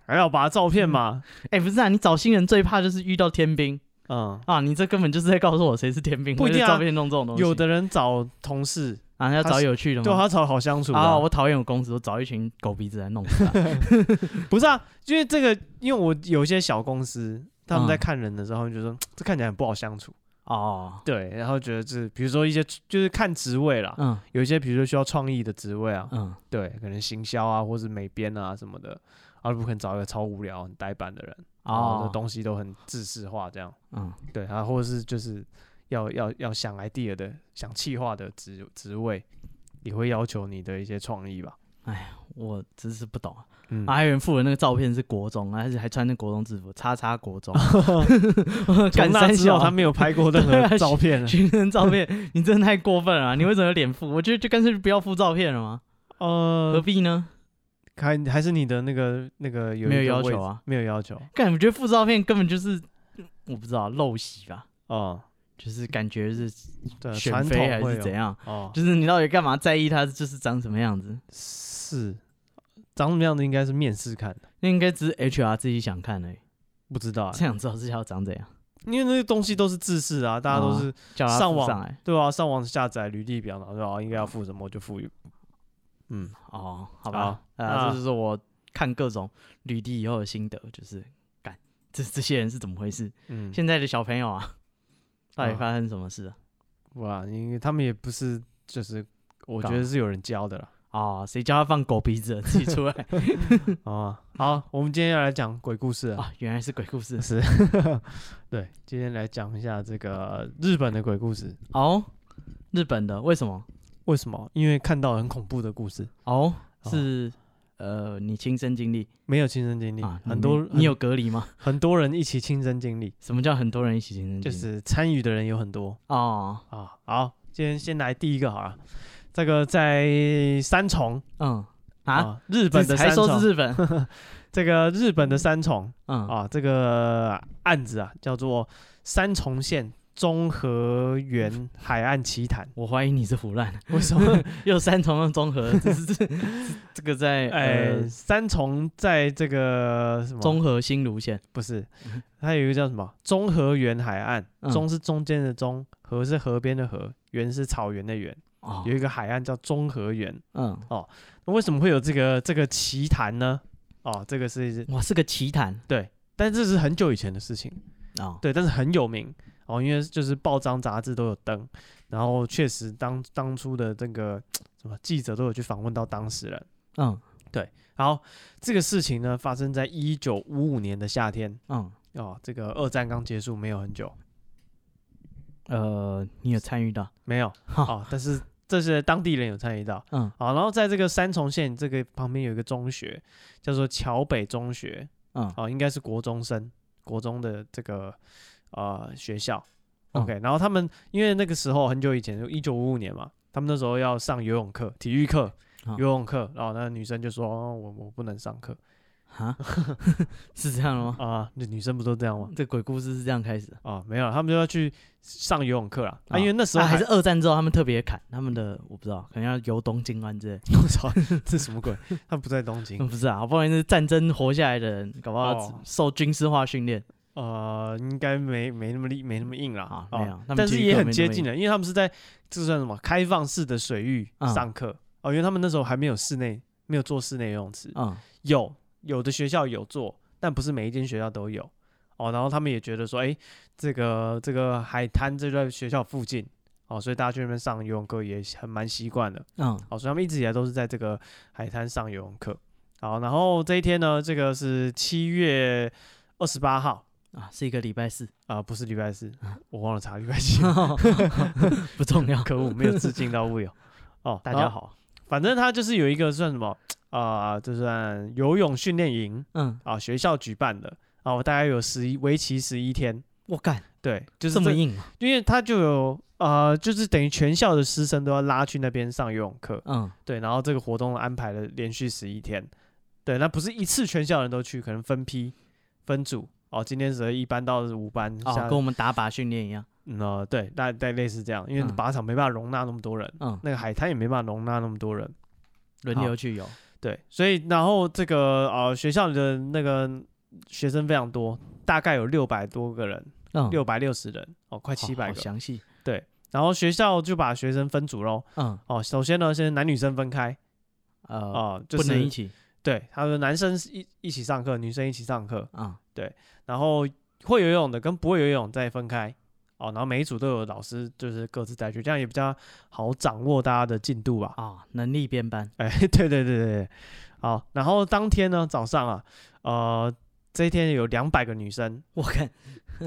Speaker 1: 还要把照片嘛，
Speaker 2: 哎、不是啊，你找新人最怕就是遇到天兵
Speaker 1: 嗯，
Speaker 2: 啊！你这根本就是在告诉我谁是天兵，
Speaker 1: 不一定啊
Speaker 2: 我就照片弄这种东西。
Speaker 1: 有的人找同事，
Speaker 2: 啊，要
Speaker 1: 他
Speaker 2: 找
Speaker 1: 是
Speaker 2: 有趣的吗？
Speaker 1: 对他超好相处嗯的啊、
Speaker 2: 啊！我讨厌我公司，我找一群狗鼻子来弄
Speaker 1: [laughs]
Speaker 2: 死他。
Speaker 1: 不是啊，因为这个，因为我有一些小公司，他们在
Speaker 2: 嗯
Speaker 1: 看人的时候，他们就说这看起来很不好相处。
Speaker 2: 哦，
Speaker 1: 对，然后觉得是，比如说一些就是看职位啦，
Speaker 2: 嗯
Speaker 1: 有一些比如说需要创意的职位啊，
Speaker 2: 嗯
Speaker 1: 对，可能行销啊，或是美编啊什么的，阿鲁不肯找一个超无聊、很呆板的人，然后
Speaker 2: 哦
Speaker 1: 这，东西都很制式化，这样
Speaker 2: 嗯，
Speaker 1: 对，然后或者是就是要要要想 idea 的、想气化的职职位，也会要求你的一些创意吧。
Speaker 2: 我真是不懂啊。
Speaker 1: 嗯，
Speaker 2: 阿元附的那个照片是国中，而且还穿着国中制服，叉叉国中。
Speaker 1: [laughs] 从
Speaker 2: [laughs] 敢
Speaker 1: 那
Speaker 2: 三
Speaker 1: 之后
Speaker 2: 小
Speaker 1: 他没有拍过任
Speaker 2: 对啊
Speaker 1: 何照片了。
Speaker 2: 军人照片，你真的太过分了啊、你为什么有脸附？我觉得就干脆不要附照片了吗？何
Speaker 1: 呃，
Speaker 2: 必呢？
Speaker 1: 还还是你的那个那个有
Speaker 2: 没有
Speaker 1: 一个
Speaker 2: 要
Speaker 1: 位
Speaker 2: 求
Speaker 1: 置
Speaker 2: 啊，
Speaker 1: 没有要求
Speaker 2: 干，我觉得附照片根本就是我不知道陋习吧，
Speaker 1: 哦，
Speaker 2: 就是感觉是
Speaker 1: 对，
Speaker 2: 选
Speaker 1: 呃传统
Speaker 2: 妃还
Speaker 1: 会
Speaker 2: 是
Speaker 1: 有
Speaker 2: 怎样？
Speaker 1: 哦，
Speaker 2: 就是你到底干嘛在意他就是长什么样子？
Speaker 1: 是长什么样子应该是面试看的，
Speaker 2: 那应该只是 HR 自己想看而已，
Speaker 1: 不知道、
Speaker 2: 他
Speaker 1: 欸，
Speaker 2: 想知道是要长怎样，
Speaker 1: 因为那些东西都是制式啊，大家都
Speaker 2: 哦
Speaker 1: 是、
Speaker 2: 叫他
Speaker 1: 上
Speaker 2: 附
Speaker 1: 网
Speaker 2: 上来。
Speaker 1: 对啊，上网下载履历表，然后说哦应该要付什么我就付，嗯，
Speaker 2: 哦，好吧，啊、
Speaker 1: 那
Speaker 2: 这就是我看各种履历以后的心得，就是干这这些人是怎么回事？
Speaker 1: 嗯，
Speaker 2: 现在的小朋友啊，到底
Speaker 1: 啊
Speaker 2: 发生什么事啊？
Speaker 1: 哇，因为他们也不是就是，我觉
Speaker 2: 干
Speaker 1: 得是有人教的啦。
Speaker 2: 哦，谁叫他放狗鼻子了自己
Speaker 1: [laughs]
Speaker 2: 出来
Speaker 1: 哦
Speaker 2: 嗯
Speaker 1: 啊，好，我们今天要来讲鬼故事了。
Speaker 2: 啊？原来是鬼故事
Speaker 1: 是， [laughs] 对，今天来讲一下这个日本的鬼故事。
Speaker 2: 哦，日本的为什么？
Speaker 1: 为什么？因为看到很恐怖的故事，
Speaker 2: 哦，
Speaker 1: 哦
Speaker 2: 是呃，你亲身经历
Speaker 1: 没有亲身经历，
Speaker 2: 啊？
Speaker 1: 很
Speaker 2: 你
Speaker 1: 多
Speaker 2: 你有
Speaker 1: 很
Speaker 2: 隔离吗？
Speaker 1: 很多人一起亲身经历，
Speaker 2: 什么叫很多人一起亲身经历？
Speaker 1: 就是参与的人有很多
Speaker 2: 哦，
Speaker 1: 啊。好，今天先来第一个好了，这个在三重
Speaker 2: 嗯啊，，
Speaker 1: 日
Speaker 2: 日
Speaker 1: 本的
Speaker 2: 才
Speaker 1: 三
Speaker 2: 说是
Speaker 1: 重，
Speaker 2: 日本，
Speaker 1: 这个日本的三重
Speaker 2: [laughs]
Speaker 1: [laughs]
Speaker 2: 嗯
Speaker 1: 啊，这个案子啊叫做三重县中和园海岸奇谈。
Speaker 2: 我怀疑你是胡乱，
Speaker 1: 为什
Speaker 2: [laughs]
Speaker 1: 么？
Speaker 2: 又三重又综合， [laughs] 这是这这个在
Speaker 1: 哎，
Speaker 2: 呃
Speaker 1: 三重在这个什么
Speaker 2: 综合新芦县
Speaker 1: 不是，它有一个叫什么中和园海岸，
Speaker 2: 嗯
Speaker 1: 中是中间的中，河是河边的河，园是草原的园，
Speaker 2: 哦
Speaker 1: 有，一个海岸叫中和园。
Speaker 2: 嗯，
Speaker 1: 那为什么会有这个这个奇谈呢？哦，这个是，
Speaker 2: 哇，是个奇谈
Speaker 1: 但这是很久以前的事情，
Speaker 2: 哦，
Speaker 1: 对，但是很有名哦，因为就是报章杂志都有登，然后确实当当初的这个什么记者都有去访问到当事人。
Speaker 2: 嗯
Speaker 1: 然后这个事情呢，发生在一九五五年的夏天
Speaker 2: 嗯，
Speaker 1: 哦，这个二战刚结束没有很久，
Speaker 2: 呃，你有参与到，
Speaker 1: 没有哦，但是这些当地人有参与到。
Speaker 2: 嗯
Speaker 1: 好，然后在这个三重县这个旁边有一个中学，叫做桥北中学，
Speaker 2: 嗯
Speaker 1: 哦，应该是国中生，国中的这个呃学校。
Speaker 2: 嗯
Speaker 1: OK，、然后他们因为那个时候很久以前，就一九五五年嘛，他们那时候要上游泳课、体育课、
Speaker 2: 嗯
Speaker 1: 游泳课，然后那个女生就说：“哦、我我不能上课
Speaker 2: 啊， [laughs] 是这样的吗？哦
Speaker 1: 啊。”那女生不都这样吗？
Speaker 2: 这鬼故事是这样开始的，
Speaker 1: 啊，没有，他们就要去上游泳课啦。啊，
Speaker 2: 啊
Speaker 1: 因为那时
Speaker 2: 啊
Speaker 1: 候
Speaker 2: 还是二战之后他们特别砍他们的，我不知道，可能要游东京
Speaker 1: [laughs]
Speaker 2: 湾之类，
Speaker 1: 我操， [laughs] 这什么鬼？他们不在东京
Speaker 2: 嗯，不是啊，好不容易是战争活下来的人，搞不
Speaker 1: 哦
Speaker 2: 好受军事化训练
Speaker 1: 呃，应该没没那么力，没那么硬啦。
Speaker 2: 啊，
Speaker 1: 哦
Speaker 2: 没有，他们
Speaker 1: 但是
Speaker 2: 体育
Speaker 1: 也
Speaker 2: 课
Speaker 1: 很
Speaker 2: 没
Speaker 1: 接
Speaker 2: 那么
Speaker 1: 近啊
Speaker 2: 硬，
Speaker 1: 了，因为他们是在这算什么开放式的水域
Speaker 2: 嗯
Speaker 1: 上课、哦，因为他们那时候还没有室内，没有做室内游泳池，
Speaker 2: 嗯
Speaker 1: 有有的学校有做，但不是每一间学校都有哦。然后他们也觉得说，哎、这个这个海滩就在学校附近哦，所以大家去那边上游泳课也很蛮习惯的。
Speaker 2: 嗯
Speaker 1: 哦，所以他们一直以来都是在这个海滩上游泳课。好，然后这一天呢，这个是七月二十八号
Speaker 2: 啊，是一个礼
Speaker 1: [laughs]
Speaker 2: 拜四， [laughs]
Speaker 1: 啊、不是礼拜四，我忘了查礼拜几了，
Speaker 2: 不重
Speaker 1: [laughs]
Speaker 2: 要，
Speaker 1: 可恶，没有致敬到 [laughs] 位哦。哦，
Speaker 2: 大家，好，
Speaker 1: 反正他就是有一个算什么啊、就算游泳训练营
Speaker 2: 嗯，
Speaker 1: 啊、学校举办的啊，我、大概有十一，为期十一天。
Speaker 2: 我干，
Speaker 1: 对，就是
Speaker 2: 这么
Speaker 1: 这
Speaker 2: 硬啊，
Speaker 1: 因为他就有呃，就是等于全校的师生都要拉去那边上游泳课。
Speaker 2: 嗯
Speaker 1: 对，然后这个活动安排了连续十一天，对，那不是一次全校人都去，可能分批分组哦。今天是一班到五班，
Speaker 2: 哦，
Speaker 1: 下
Speaker 2: 跟我们打靶训练一样，
Speaker 1: 嗯、呃、对，大概类似这样，因为
Speaker 2: 嗯
Speaker 1: 靶场没办法容纳那么多人，
Speaker 2: 嗯，
Speaker 1: 那个海滩也没办法容纳那么多人，
Speaker 2: 轮流去游，
Speaker 1: 对，所以然后这个呃学校的那个学生非常多，大概有六百多个人，
Speaker 2: 嗯，
Speaker 1: 六百六十人哦，快
Speaker 2: 好
Speaker 1: 七百
Speaker 2: 好
Speaker 1: 个。
Speaker 2: 详细，
Speaker 1: 然后学校就把学生分组喽。
Speaker 2: 嗯
Speaker 1: 哦，首先呢，先男女生分开
Speaker 2: 呃，
Speaker 1: 哦，就
Speaker 2: 不
Speaker 1: 是
Speaker 2: 能一起
Speaker 1: 对，他说男生是一一起上课，女生一起上课，
Speaker 2: 啊，
Speaker 1: 然后会游泳的跟不会游泳再分开哦，然后每一组都有老师，就是各自带去，这样也比较好掌握大家的进度吧。
Speaker 2: 啊，能力编班，
Speaker 1: [laughs] 哎，对对对对，对好，然后当天呢早上啊，呃，这一天有两百个女生
Speaker 2: 我看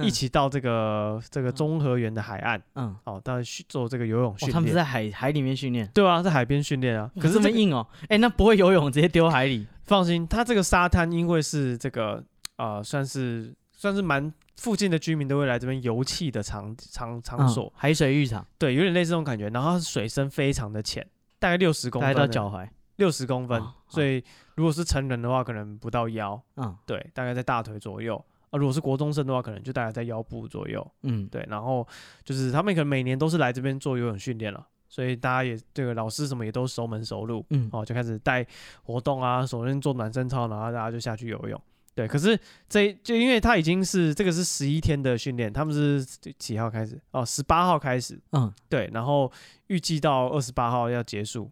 Speaker 1: 一起到这个这个中和园的海岸，
Speaker 2: 嗯，
Speaker 1: 哦，到去做这个游泳
Speaker 2: 哇，
Speaker 1: 训
Speaker 2: 哦他们是
Speaker 1: 练。
Speaker 2: 在海海里面训练，
Speaker 1: 对啊，在海边训练啊。
Speaker 2: 可
Speaker 1: 可是
Speaker 2: 是这
Speaker 1: 这
Speaker 2: 么
Speaker 1: 个
Speaker 2: 硬哦，哎，那不会游泳直接丢海里，
Speaker 1: 放心，它这个沙滩因为是这个呃，算是算是蛮附近的居民都会来这边游憩的场场场
Speaker 2: 嗯
Speaker 1: 所，
Speaker 2: 海水浴场，
Speaker 1: 对，有点类似这种感觉。然后它水深非常的浅，大概六十公
Speaker 2: 大概
Speaker 1: 分
Speaker 2: 到
Speaker 1: 的，
Speaker 2: 脚踝，
Speaker 1: 六十公分
Speaker 2: 哦，
Speaker 1: 所以如果是成人的话，可能不到腰，
Speaker 2: 嗯
Speaker 1: 对，大概在大腿左右。啊，如果是国中生的话，可能就大概在腰部左右，
Speaker 2: 嗯，
Speaker 1: 对。然后就是他们可能每年都是来这边做游泳训练了，所以大家也这个老师什么也都熟门熟路，
Speaker 2: 嗯，
Speaker 1: 哦，就开始带活动啊，首先做暖身操，然后大家就下去游泳。对，可是这就因为他已经是这个是十一天的训练，他们是几号开始？哦，十八号开始。
Speaker 2: 嗯
Speaker 1: 对，然后预计到二十八号要结束。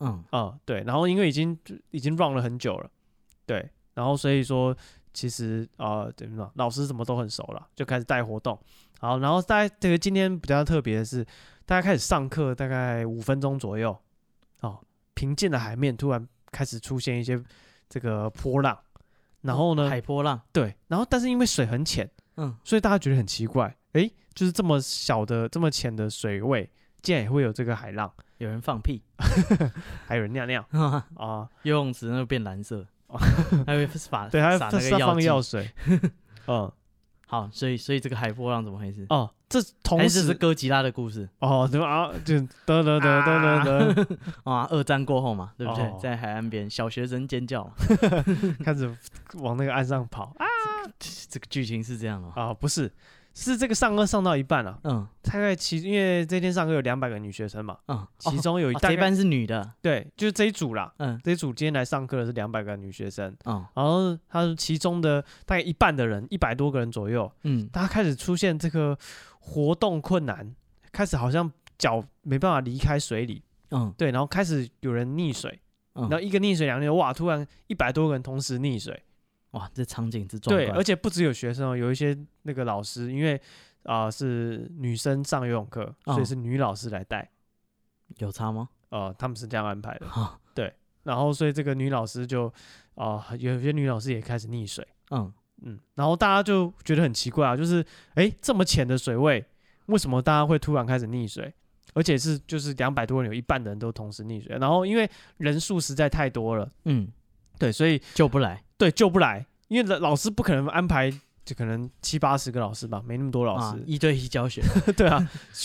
Speaker 2: 嗯，
Speaker 1: 嗯，对，然后因为已经已经 run 了很久了，对，然后所以说其实啊、呃，怎么讲，老师什么都很熟了，就开始带活动。好，然后大家这个今天比较特别的是，大家开始上课大概五分钟左右，哦，平静的海面突然开始出现一些这个波浪，然后呢，
Speaker 2: 哦海波浪，
Speaker 1: 对，然后但是因为水很浅，
Speaker 2: 嗯，
Speaker 1: 所以大家觉得很奇怪，诶，就是这么小的这么浅的水位，竟然也会有这个海浪，
Speaker 2: 有人放屁， [laughs]
Speaker 1: 还有人尿尿
Speaker 2: 游
Speaker 1: 啊。
Speaker 2: 泳池那个变蓝色，
Speaker 1: 哦
Speaker 2: [laughs] 还会
Speaker 1: [laughs]
Speaker 2: 撒
Speaker 1: 对，还
Speaker 2: 撒
Speaker 1: 他
Speaker 2: 那
Speaker 1: 是
Speaker 2: 个
Speaker 1: 放药
Speaker 2: 剂， [laughs]
Speaker 1: 水。嗯，
Speaker 2: 好，所以所以这个海波浪怎么回事？
Speaker 1: 哦，这
Speaker 2: 还
Speaker 1: 同
Speaker 2: 是这是
Speaker 1: 时
Speaker 2: 哥吉拉的故事
Speaker 1: 哦，对吧？啊就得得得得得
Speaker 2: [laughs]
Speaker 1: 得，
Speaker 2: 啊，二战过后嘛，对不
Speaker 1: 哦
Speaker 2: 对？在海岸边，小学生尖叫 [laughs] 嘛，
Speaker 1: 开始往那个岸上跑啊
Speaker 2: 这个剧情是这样哦。
Speaker 1: 啊！不是，是这个上课上到一半啊，
Speaker 2: 嗯
Speaker 1: 大概其因为这天上课有两百个女学生嘛，
Speaker 2: 嗯，
Speaker 1: 其
Speaker 2: 哦
Speaker 1: 中有一
Speaker 2: 哦
Speaker 1: 大
Speaker 2: 这一
Speaker 1: 概
Speaker 2: 班是女的，
Speaker 1: 对，就是这一组啦。
Speaker 2: 嗯
Speaker 1: 这一组今天来上课的是两百个女学生，
Speaker 2: 哦
Speaker 1: 然后她是其中的大概一半的人，一百多个人左右，
Speaker 2: 嗯
Speaker 1: 大家开始出现这个活动困难，开始好像脚没办法离开水里，
Speaker 2: 嗯
Speaker 1: 对，然后开始有人溺水，然后
Speaker 2: 嗯，
Speaker 1: 一个溺水，两个溺水，哇，突然一百多个人同时溺水，
Speaker 2: 哇，这场景之壮
Speaker 1: 对，而
Speaker 2: 观，
Speaker 1: 且不只有学生哦，有一些那个老师，因为啊、是女生上游泳课，所以
Speaker 2: 嗯
Speaker 1: 是女老师来带，
Speaker 2: 有差吗？
Speaker 1: 呃，他们是这样安排的，
Speaker 2: 哈，
Speaker 1: 然后所以这个女老师就啊、有些女老师也开始溺水，
Speaker 2: 嗯
Speaker 1: 嗯，然后大家就觉得很奇怪啊，就是诶，这么浅的水位，为什么大家会突然开始溺水？而且是就是两百多人，有一半的人都同时溺水，然后因为人数实在太多了，
Speaker 2: 嗯，
Speaker 1: 对，所以
Speaker 2: 救不来
Speaker 1: 对，救不来，因为老老师不可能安排，就可能七八十个老师吧，没那么多老
Speaker 2: 啊
Speaker 1: 师，，
Speaker 2: 一对一教学
Speaker 1: [laughs] 对啊，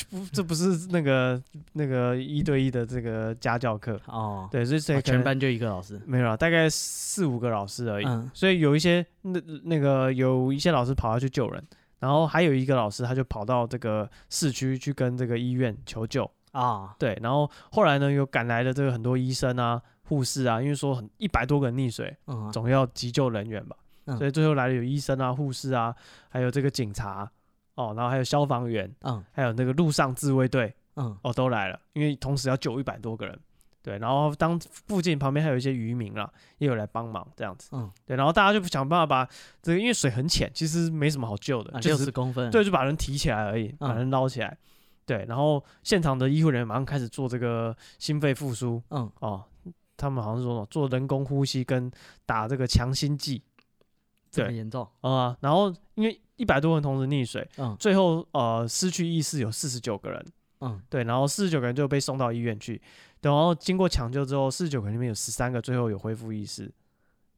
Speaker 1: 不，这不是那个那个一对一的这个家教课，
Speaker 2: 哦，
Speaker 1: 对，所以所以
Speaker 2: 哦
Speaker 1: 可
Speaker 2: 全
Speaker 1: 能
Speaker 2: 班就一个老师，
Speaker 1: 没有啊，大概四五个老师而已，
Speaker 2: 嗯
Speaker 1: 所以有一些那那个有一些老师跑下去救人，然后还有一个老师他就跑到这个市区去跟这个医院求救，
Speaker 2: 啊，
Speaker 1: 对，然后后来呢有赶来了这个很多医生啊、护士啊，因为说很一百多个人溺水，
Speaker 2: 嗯
Speaker 1: 总要急救人员吧，
Speaker 2: 嗯
Speaker 1: 所以最后来了有医生啊、护士啊，还有这个警察哦，然后还有消防员，
Speaker 2: 嗯
Speaker 1: 还有那个陆上自卫队
Speaker 2: 嗯
Speaker 1: 哦，都来了，因为同时要救一百多个人，对，然后当附近旁边还有一些渔民啦，也有来帮忙这样子，
Speaker 2: 嗯，
Speaker 1: 对，然后大家就想办法把这个，因为水很浅，其实没什么好救的，
Speaker 2: 啊，
Speaker 1: 就
Speaker 2: 六
Speaker 1: 是
Speaker 2: 十公分，
Speaker 1: 对，就把人提起来而已，把
Speaker 2: 嗯
Speaker 1: 人捞起来。对，然后现场的医护人员马上开始做这个心肺复苏
Speaker 2: 嗯，
Speaker 1: 哦，他们好像说什么做人工呼吸跟打这个强心剂
Speaker 2: 这么
Speaker 1: 对
Speaker 2: 严重，
Speaker 1: 啊、然后因为一百多人同时溺水，
Speaker 2: 嗯
Speaker 1: 最后呃失去意识有四十九个人，
Speaker 2: 嗯
Speaker 1: 对，然后四十九个人就被送到医院去，然后经过抢救之后，四十九个人里面有十三个最后有恢复意识，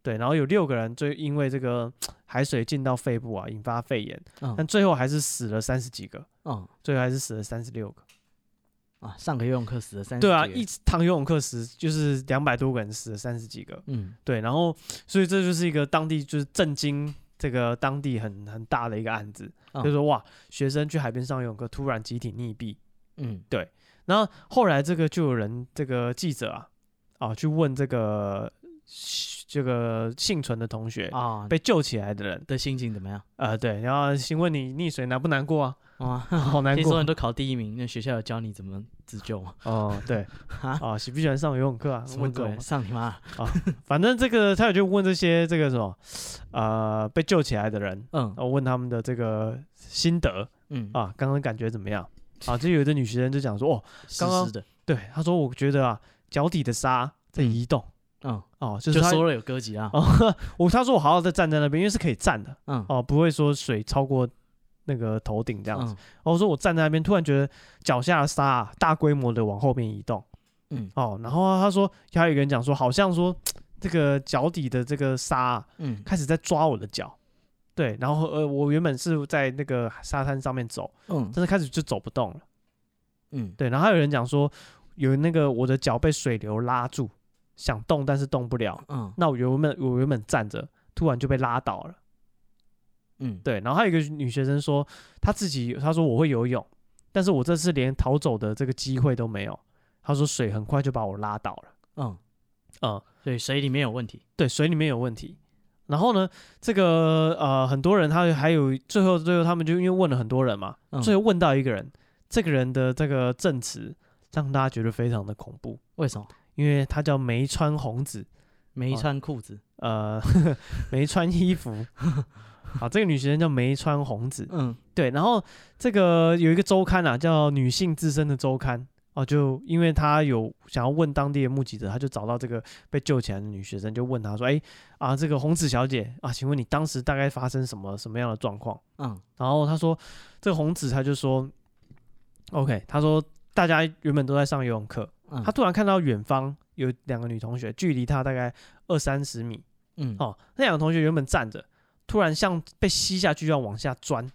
Speaker 1: 对，然后有六个人最因为这个海水进到肺部啊，引发肺炎，但
Speaker 2: 嗯
Speaker 1: 最后还是死了三十几个，
Speaker 2: 嗯
Speaker 1: 最后还是死了三十六个。
Speaker 2: 啊，上个游泳课死了三，
Speaker 1: 对啊，一堂游泳课时就是两百多个人死了三十几个，
Speaker 2: 嗯
Speaker 1: 对，然后所以这就是一个当地就是震惊这个当地很很大的一个案子，
Speaker 2: 嗯
Speaker 1: 就是说哇，学生去海边上游泳课突然集体溺毙，
Speaker 2: 嗯
Speaker 1: 然后后来这个就有人这个记者啊啊去问这个嘘这个幸存的同学、
Speaker 2: 啊，
Speaker 1: 被救起来的人，
Speaker 2: 的心情怎 [laughs] 么样？
Speaker 1: 呃对，然后询问你溺水难不难过啊？
Speaker 2: [laughs] 啊，
Speaker 1: 好难
Speaker 2: 听说
Speaker 1: 过
Speaker 2: 你都考第一名，那学校有教你怎么自救吗？
Speaker 1: 哦，对
Speaker 2: [laughs] 哈，
Speaker 1: 啊，喜不喜欢上游泳课啊？
Speaker 2: 什么
Speaker 1: 问这种
Speaker 2: 鬼？上你妈！
Speaker 1: 反正这个他有就问这些这个什么，呃，被救起来的人，
Speaker 2: 嗯
Speaker 1: 然后问他们的这个心得
Speaker 2: 嗯，
Speaker 1: 啊，刚刚感觉怎么样？啊，就有的女学生就讲说，哦，
Speaker 2: 湿
Speaker 1: 刚刚
Speaker 2: 湿的，
Speaker 1: 对，她说我觉得啊，脚底的沙在移动，
Speaker 2: 嗯，
Speaker 1: 哦，就
Speaker 2: 就是
Speaker 1: 他
Speaker 2: 说了有歌吉啊，
Speaker 1: 哦，我他说我好好的站在那边，因为是可以站的
Speaker 2: 嗯
Speaker 1: 哦，不会说水超过那个头顶这样子。
Speaker 2: 嗯
Speaker 1: 哦，我说我站在那边，突然觉得脚下的沙、啊、大规模的往后面移动。
Speaker 2: 嗯
Speaker 1: 哦，然后啊他说还有一个人讲说，好像说这个脚底的这个沙啊、
Speaker 2: 嗯
Speaker 1: 开始在抓我的脚。对，然后呃，我原本是在那个沙滩上面走，
Speaker 2: 嗯
Speaker 1: 但是开始就走不动了。
Speaker 2: 嗯，
Speaker 1: 对，然后还有人讲说，有那个我的脚被水流拉住，想动但是动不了。
Speaker 2: 嗯
Speaker 1: 那我原本我原本站着，突然就被拉倒了。
Speaker 2: 嗯，
Speaker 1: 对，然后还有一个女学生说，她自己她说我会游泳，但是我这次连逃走的这个机会都没有。她说水很快就把我拉倒了。
Speaker 2: 嗯，
Speaker 1: 嗯，
Speaker 2: 所以水里面有问题，
Speaker 1: 对，水里面有问题。然后呢，这个呃，很多人他还有最后最后他们就因为问了很多人嘛，
Speaker 2: 嗯
Speaker 1: 最后问到一个人，这个人的这个证词让大家觉得非常的恐怖，
Speaker 2: 为什么
Speaker 1: 因为他叫梅川红子，
Speaker 2: 没
Speaker 1: 哦
Speaker 2: 穿裤子？
Speaker 1: 呃， [laughs] 没穿衣服。好，这个女学生叫梅川红子，
Speaker 2: 嗯
Speaker 1: 对。然后这个有一个周刊啊，叫《女性自身的周刊》哦，就因为她有想要问当地的目击者，她就找到这个被救起来的女学生，就问她说：“哎啊，这个红子小姐啊，请问你当时大概发生什么什么样的状况
Speaker 2: 嗯？”
Speaker 1: 然后她说，这个红子她就说：“OK，她说大家原本都在上游泳课，
Speaker 2: 嗯，
Speaker 1: 她突然看到远方有两个女同学，距离她大概二三十米。”
Speaker 2: 嗯
Speaker 1: 哦，那两个同学原本站着，突然像被吸下去，要往下钻，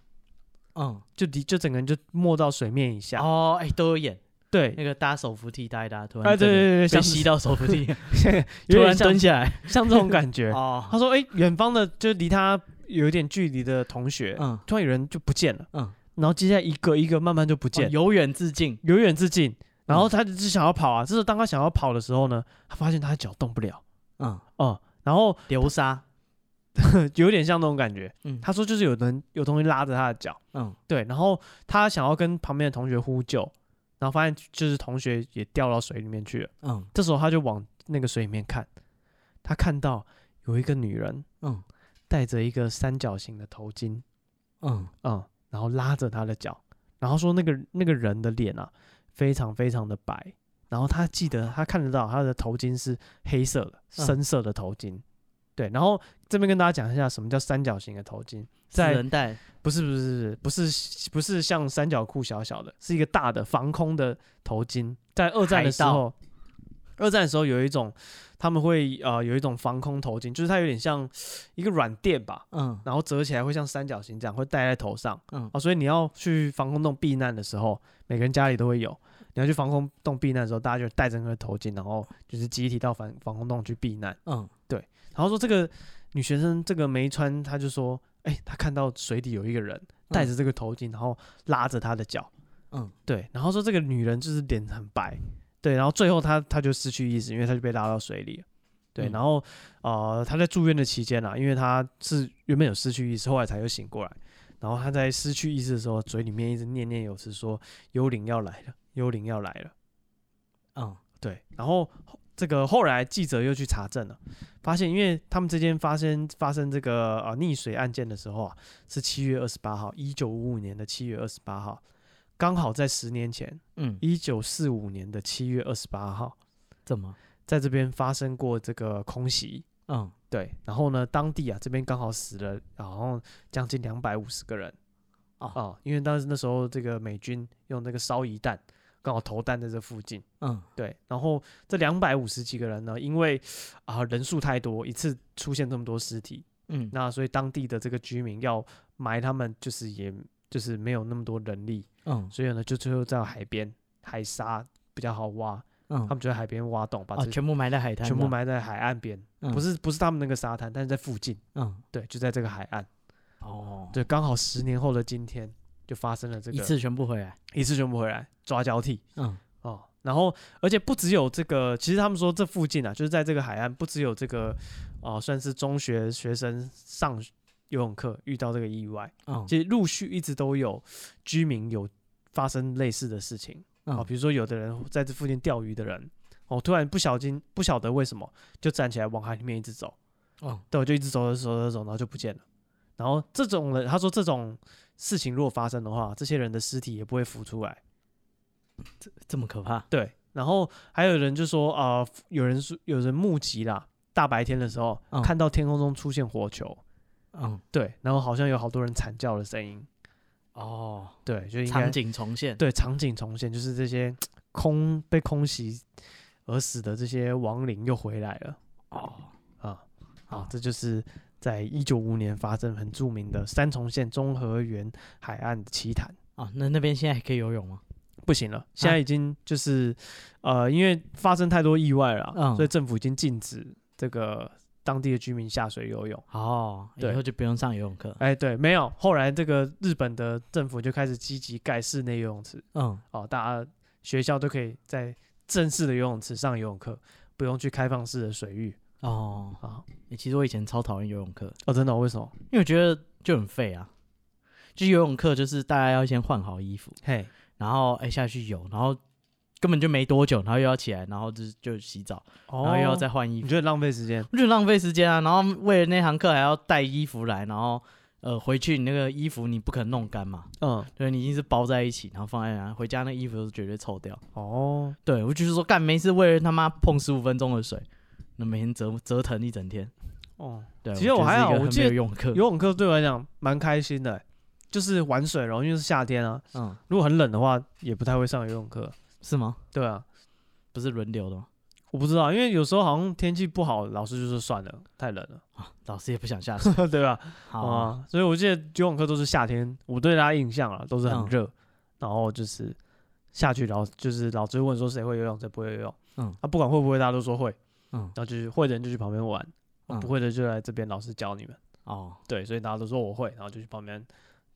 Speaker 2: 嗯
Speaker 1: 就离就整个人就没到水面以下。
Speaker 2: 哦，哎，都有演那
Speaker 1: 对，
Speaker 2: 个搭手扶梯搭一搭，突然
Speaker 1: 哎，对对
Speaker 2: 真的
Speaker 1: 对对，
Speaker 2: 被
Speaker 1: 像
Speaker 2: 吸到手扶梯，
Speaker 1: 有
Speaker 2: [laughs] 突
Speaker 1: 点
Speaker 2: 然
Speaker 1: 像 [laughs]
Speaker 2: 蹲下来，
Speaker 1: 像这种感觉。
Speaker 2: [laughs] 哦，
Speaker 1: 他说：“哎、远方的就离他有一点距离的同学，
Speaker 2: 嗯
Speaker 1: 突然有人就不见了，
Speaker 2: 嗯，
Speaker 1: 然后接下来一个一个慢慢就不
Speaker 2: 哦嗯
Speaker 1: 见，
Speaker 2: 由远至近，
Speaker 1: 由远至近。然后他就想要跑啊，这是当他想要跑的时候呢，他发现他的脚动不了
Speaker 2: 嗯，
Speaker 1: 哦、然后
Speaker 2: 流沙，
Speaker 1: [laughs] 有点像那种感觉。
Speaker 2: 嗯
Speaker 1: 他说就是有人有东西拉着他的脚。”
Speaker 2: 嗯
Speaker 1: 对，然后他想要跟旁边的同学呼救，然后发现就是同学也掉到水里面去了。
Speaker 2: 嗯
Speaker 1: 这时候他就往那个水里面看，他看到有一个女人
Speaker 2: 嗯
Speaker 1: 戴着一个三角形的头巾，
Speaker 2: 嗯
Speaker 1: 嗯，然后拉着他的脚，然后说那个那个人的脸啊，非常非常的白。然后他记得他看得到他的头巾是黑色的，
Speaker 2: 嗯
Speaker 1: 深色的头巾。对，然后这边跟大家讲一下什么叫三角形的头巾。在
Speaker 2: 四人带，
Speaker 1: 不是不是不是不是不是像三角裤小小的，是一个大的防空的头巾。在二战的时候，二战的时候有一种他们会呃有一种防空头巾，就是它有点像一个软垫吧，
Speaker 2: 嗯
Speaker 1: 然后折起来会像三角形这样，会戴在头上。
Speaker 2: 嗯
Speaker 1: 哦，所以你要去防空洞避难的时候，每个人家里都会有。你要去防空洞避难的时候，大家就戴着那个头巾，然后就是集体到防防空洞去避难。
Speaker 2: 嗯
Speaker 1: 然后说这个女学生这个梅川，她就说，哎、她看到水底有一个人戴着这个头巾，然后拉着她的脚，
Speaker 2: 嗯，
Speaker 1: 对，然后说这个女人就是脸很白，对，然后最后她她就失去意识，因为她就被拉到水里了。对，
Speaker 2: 嗯
Speaker 1: 然后呃，她在住院的期间啊，因为她是原本有失去意识，后来才又醒过来。然后她在失去意识的时候，嘴里面一直念念有词，说幽灵要来了，幽灵要来了。
Speaker 2: 嗯
Speaker 1: 对，然后后这个后来记者又去查证了，发现因为他们之间发生发生这个呃溺水案件的时候啊，是七月二十八号，一九五五年的七月二十八号，刚好在十年前，
Speaker 2: 嗯，
Speaker 1: 一九四五年的七月二十八号，
Speaker 2: 怎么？
Speaker 1: 在这边发生过这个空袭。
Speaker 2: 嗯
Speaker 1: 对，然后呢，当地啊这边刚好死了，然后将近两百五十个人
Speaker 2: 哦
Speaker 1: 啊、因为当时那时候这个美军用那个烧夷弹，刚好投弹在这附近。
Speaker 2: 嗯
Speaker 1: 对，然后这两百五十几个人呢，因为啊、人数太多，一次出现这么多尸体，
Speaker 2: 嗯
Speaker 1: 那所以当地的这个居民要埋他们，就是也就是没有那么多人力，
Speaker 2: 嗯
Speaker 1: 所以呢就最后在海边海沙比较好挖，他
Speaker 2: 嗯
Speaker 1: 们就在海边挖洞，把
Speaker 2: 啊，
Speaker 1: 这
Speaker 2: 全部埋在海滩，
Speaker 1: 全部，埋在海岸边，
Speaker 2: 嗯
Speaker 1: 不是不是他们那个沙滩，但是在附近，
Speaker 2: 嗯
Speaker 1: 对，就在这个海岸，
Speaker 2: 哦，
Speaker 1: 对，刚好十年后的今天就发生了这个
Speaker 2: 一次全部回来，
Speaker 1: 一次全部回来抓交替，
Speaker 2: 嗯
Speaker 1: 哦，然后而且不只有这个，其实他们说这附近啊，就是在这个海岸，不只有这个，哦、算是中学学生上游泳课遇到这个意外，
Speaker 2: 嗯
Speaker 1: 其实陆续一直都有居民有发生类似的事情啊、哦
Speaker 2: 嗯
Speaker 1: 比如说有的人在这附近钓鱼的人，哦，突然不小心不晓得为什么就站起来往海里面一直走，
Speaker 2: 嗯
Speaker 1: 对，我就一直走走走走走，然后就不见了。然后这种人，他说这种事情如果发生的话，这些人的尸体也不会浮出来。
Speaker 2: 这么可怕，
Speaker 1: 对，然后还有人就说啊、有人说有人目击啦，大白天的时候、
Speaker 2: 嗯
Speaker 1: 看到天空中出现火球，
Speaker 2: 嗯，
Speaker 1: 对，然后好像有好多人惨叫的声音，
Speaker 2: 哦，
Speaker 1: 对，就应该
Speaker 2: 场景重现，
Speaker 1: 对场景重现，就是这些空被空袭而死的这些亡灵又回来了
Speaker 2: 哦，
Speaker 1: 啊啊
Speaker 2: 好！
Speaker 1: 这就是在一九五年发生很著名的三重县中和园海岸的奇谈。
Speaker 2: 哦，那那边现在还可以游泳吗？
Speaker 1: 不行了，现在已经就是、呃，因为发生太多意外了啊、
Speaker 2: 嗯
Speaker 1: 所以政府已经禁止这个当地的居民下水游泳。
Speaker 2: 哦，以
Speaker 1: 对
Speaker 2: 后就不用上游泳课。
Speaker 1: 哎，对，没有。后来这个日本的政府就开始积极盖室内游泳池，
Speaker 2: 嗯，
Speaker 1: 哦，大家学校都可以在正式的游泳池上游泳课，不用去开放式的水域
Speaker 2: 哦，
Speaker 1: 啊。
Speaker 2: 欸其实我以前超讨厌游泳课，
Speaker 1: 哦，真的哦、为什么？
Speaker 2: 因为我觉得就很废啊。就游泳课就是大家要先换好衣服，
Speaker 1: 嘿，
Speaker 2: 然后哎、下去游，然后根本就没多久，然后又要起来，然后就是就洗澡，
Speaker 1: 哦
Speaker 2: 然后又要再换衣
Speaker 1: 你
Speaker 2: 服，
Speaker 1: 觉得浪费时间？
Speaker 2: 我觉得浪费时间啊。然后为了那堂课还要带衣服来，然后呃回去你那个衣服你不可能弄干嘛，
Speaker 1: 嗯，
Speaker 2: 对你一定是包在一起，然后放在那，回家那衣服是绝对臭掉。
Speaker 1: 哦，
Speaker 2: 对我就是说干没事，为了他妈碰十五分钟的水，那每天折折腾一整天。
Speaker 1: 哦，
Speaker 2: 对，
Speaker 1: 其实我
Speaker 2: 觉得
Speaker 1: 还
Speaker 2: 是一
Speaker 1: 好
Speaker 2: 个
Speaker 1: 我
Speaker 2: 很
Speaker 1: 记
Speaker 2: 没有
Speaker 1: 得
Speaker 2: 用的课，
Speaker 1: 游泳课对我来讲蛮开心的、就是玩水咯，因为是夏天啊，
Speaker 2: 嗯，
Speaker 1: 如果很冷的话，也不太会上游泳课。
Speaker 2: 是吗？
Speaker 1: 对啊，
Speaker 2: 不是轮流的吗？
Speaker 1: 我不知道，因为有时候好像天气不好，老师就说算了，太冷了，，
Speaker 2: 啊，老师也不想下水
Speaker 1: [laughs] 对吧？
Speaker 2: 好啊，
Speaker 1: 啊，所以我记得游泳课都是夏天，我对大家印象啊都是很
Speaker 2: 嗯
Speaker 1: 热，然后就是下去，然后就是老师问说谁会游泳，谁不会游泳，
Speaker 2: 嗯
Speaker 1: 啊，不管会不会，大家都说会，
Speaker 2: 嗯
Speaker 1: 然后就是会的人就去旁边玩，
Speaker 2: 嗯
Speaker 1: 不会的就来这边老师教你们，
Speaker 2: 哦，
Speaker 1: 对，所以大家都说我会，然后就去旁边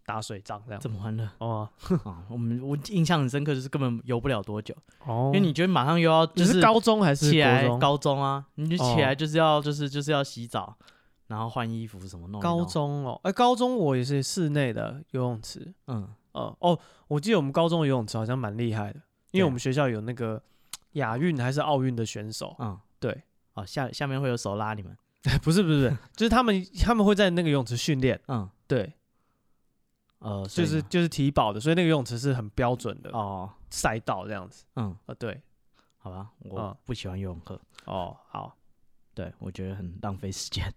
Speaker 1: 打水仗这样。
Speaker 2: 这么欢乐
Speaker 1: 哦
Speaker 2: 啊！我们我印象很深刻，就是根本游不了多久，
Speaker 1: 哦
Speaker 2: 因为你觉得马上又要
Speaker 1: 你
Speaker 2: 就是
Speaker 1: 高中还是
Speaker 2: 起来
Speaker 1: 国中？
Speaker 2: 高中啊，你就起
Speaker 1: 哦
Speaker 2: 来就是要就是就是要洗澡，然后换衣服什么弄一弄
Speaker 1: 高，中哦，哎、高中我也是室内的游泳池，
Speaker 2: 嗯，
Speaker 1: 嗯，哦，我记得我们高中的游泳池好像蛮厉害的，因为
Speaker 2: 对
Speaker 1: 我们学校有那个亚运还是奥运的选手，
Speaker 2: 嗯，
Speaker 1: 对， [laughs]
Speaker 2: 哦下下面会有手拉你们，
Speaker 1: 不是不是不是，就是他们他们会在那个游泳池训练，
Speaker 2: 嗯
Speaker 1: 对，
Speaker 2: 呃，
Speaker 1: 就
Speaker 2: 所以
Speaker 1: 是
Speaker 2: 呢
Speaker 1: 就是体保的，所以那个游泳池是很标准的
Speaker 2: 哦，
Speaker 1: 赛道这样子，
Speaker 2: 嗯，
Speaker 1: 啊，对，
Speaker 2: 好吧，
Speaker 1: 嗯
Speaker 2: 我不喜欢游泳课，
Speaker 1: 哦，好，
Speaker 2: 对，我觉得很浪费时间。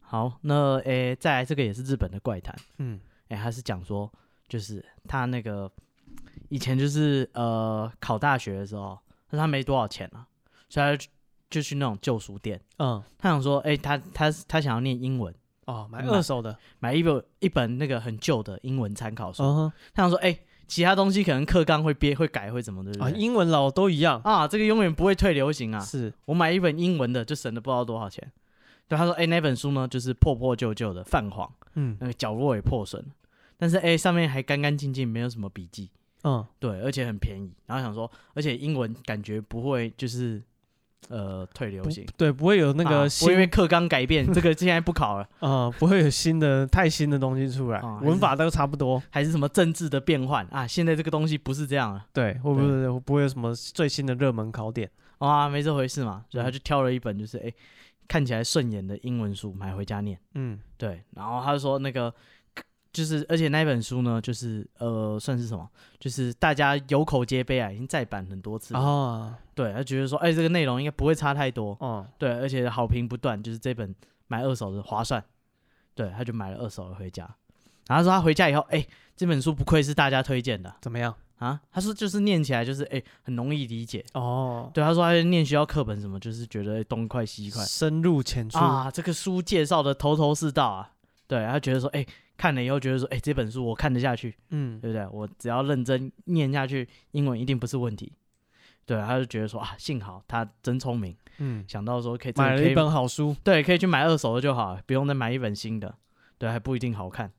Speaker 2: [laughs] 好，那诶、再来这个也是日本的怪谈，
Speaker 1: 嗯，
Speaker 2: 诶、他是讲说，就是他那个以前就是呃考大学的时候，但是他没多少钱啊，所以他就去就去那种旧书店，
Speaker 1: 嗯，
Speaker 2: 他想说，诶、他他他想要念英文，
Speaker 1: 哦，买
Speaker 2: 嗯
Speaker 1: 二手的，
Speaker 2: 买一本一本那个很旧的英文参考书，
Speaker 1: 嗯
Speaker 2: 他想说，诶、其他东西可能课纲会编会改会怎么的
Speaker 1: 哼，啊，英文老都一样，
Speaker 2: 啊，这个永远不会退流行啊，
Speaker 1: 是，
Speaker 2: 我买一本英文的就省了不知道多少钱。对，他说，哎、那本书呢，就是破破旧旧的，泛黄，
Speaker 1: 嗯
Speaker 2: 那个角落也破损了，但是哎、上面还干干净净，没有什么笔记，
Speaker 1: 嗯，
Speaker 2: 对，而且很便宜。然后想说，而且英文感觉不会就是呃退流
Speaker 1: 不
Speaker 2: 行，
Speaker 1: 对，不会有那
Speaker 2: 啊
Speaker 1: 个
Speaker 2: 不会因为
Speaker 1: 新，
Speaker 2: 课纲改变，这个现在不考了，
Speaker 1: 啊，不会有新的太新的东西出来，
Speaker 2: 哦还是
Speaker 1: 文法都差不多，
Speaker 2: 还是什么政治的变换啊？现在这个东西不是这样了，
Speaker 1: 对，会不会不会有什么最新的热门考点？
Speaker 2: 哇、没这回事嘛。所以他就挑了一本就是哎、看起来顺眼的英文书买回家念。
Speaker 1: 嗯，
Speaker 2: 对，然后他就说那个就是，而且那一本书呢，就是呃，算是什么？就是大家有口皆碑啊，已经再版很多次。
Speaker 1: 啊，
Speaker 2: 对，他觉得说，哎、这个内容应该不会差太多。
Speaker 1: 哦，
Speaker 2: 对，而且好评不断，就是这本买二手的划算。对，他就买了二手的回家。然后他说他回家以后，哎、这本书不愧是大家推荐的
Speaker 1: 怎么样？
Speaker 2: 啊。他说就是念起来就是哎、很容易理解。
Speaker 1: 哦，
Speaker 2: 对，他说他念学校课本什么，就是觉得哎东一块西一块。
Speaker 1: 深入浅出，
Speaker 2: 啊，这个书介绍的头头是道啊。对，他觉得说，哎、看了以后觉得说，哎、这本书我看得下去，
Speaker 1: 嗯，
Speaker 2: 对不对？我只要认真念下去，英文一定不是问题。对，他就觉得说啊，幸好他真聪明，
Speaker 1: 嗯，
Speaker 2: 想到说可以
Speaker 1: 买
Speaker 2: 这
Speaker 1: 了
Speaker 2: 个可
Speaker 1: 一
Speaker 2: 以
Speaker 1: 本好书，
Speaker 2: 对，可以去买二手的就好，不用再买一本新的，对，还不一定好看。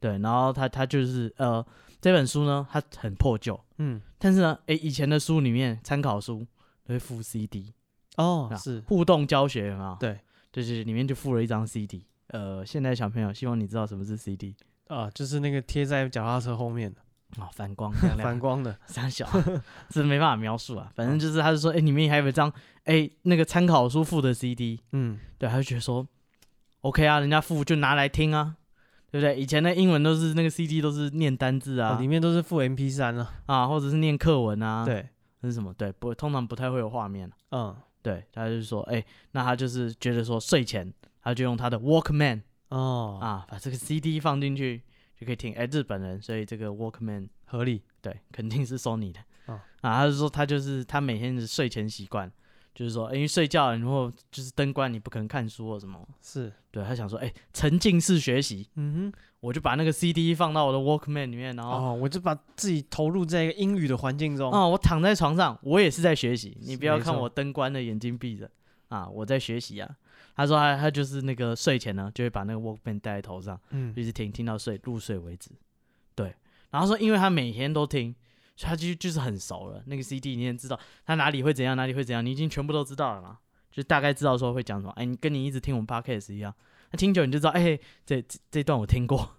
Speaker 2: 对，然后他他就是呃，这本书呢，它很破旧，
Speaker 1: 嗯，
Speaker 2: 但是呢，哎，以前的书里面参考书都会附 CD，
Speaker 1: 哦，
Speaker 2: 啊
Speaker 1: 是，
Speaker 2: 互动教学嘛，
Speaker 1: 对，
Speaker 2: 就是里面就附了一张 CD。呃，现在小朋友希望你知道什么是 CD
Speaker 1: 啊，就是那个贴在脚踏车后面的
Speaker 2: 啊、反光亮
Speaker 1: 反
Speaker 2: 亮，
Speaker 1: 光的，
Speaker 2: 三小，这没办法描述啊。反正就是他就说，哎、里面还有一张，哎、那个参考书附的 CD，
Speaker 1: 嗯，
Speaker 2: 对，他就觉得说，OK 啊，人家附就拿来听啊，对不对？以前的英文都是那个 CD 都是念单字
Speaker 1: 啊
Speaker 2: 啊，
Speaker 1: 里面都是附 MP 三了，
Speaker 2: 啊，或者是念课文啊，，
Speaker 1: 对，
Speaker 2: 那是什么？对，不，通常不太会有画面。啊
Speaker 1: 嗯
Speaker 2: 对，他就说，哎、那他就是觉得说睡前，他就用他的 Walkman
Speaker 1: 哦，
Speaker 2: 啊，把这个 CD 放进去就可以听。哎、日本人，所以这个 Walkman
Speaker 1: 合理
Speaker 2: 对，肯定是 Sony 的。
Speaker 1: 哦
Speaker 2: 啊，他就说他就是他每天的睡前习惯，就是说，哎因为睡觉然后就是灯关，你不可能看书或什么。
Speaker 1: 是，
Speaker 2: 对他想说，哎、沉浸式学习，
Speaker 1: 嗯哼，
Speaker 2: 我就把那个 CD 放到我的 Walkman 里面，然后。
Speaker 1: 哦，我就把自己投入在一个英语的环境中，
Speaker 2: 哦，我躺在床上，我也是在学习。你
Speaker 1: 是
Speaker 2: 不要
Speaker 1: 没
Speaker 2: 看
Speaker 1: 错
Speaker 2: 我灯关了，眼睛闭着啊，我在学习啊。他说他他就是那个睡前呢，就会把那个 Walkman 戴在头上，
Speaker 1: 嗯
Speaker 2: 一直听听到睡入睡为止。对，然后说因为他每天都听，所以他就就是很熟了。那个 CD 你也知道他哪里会怎样，哪里会怎样，你已经全部都知道了嘛，就大概知道说会讲什么。哎，你跟你一直听我们 podcast 一样。那听久你就知道，哎、这这这段我听过。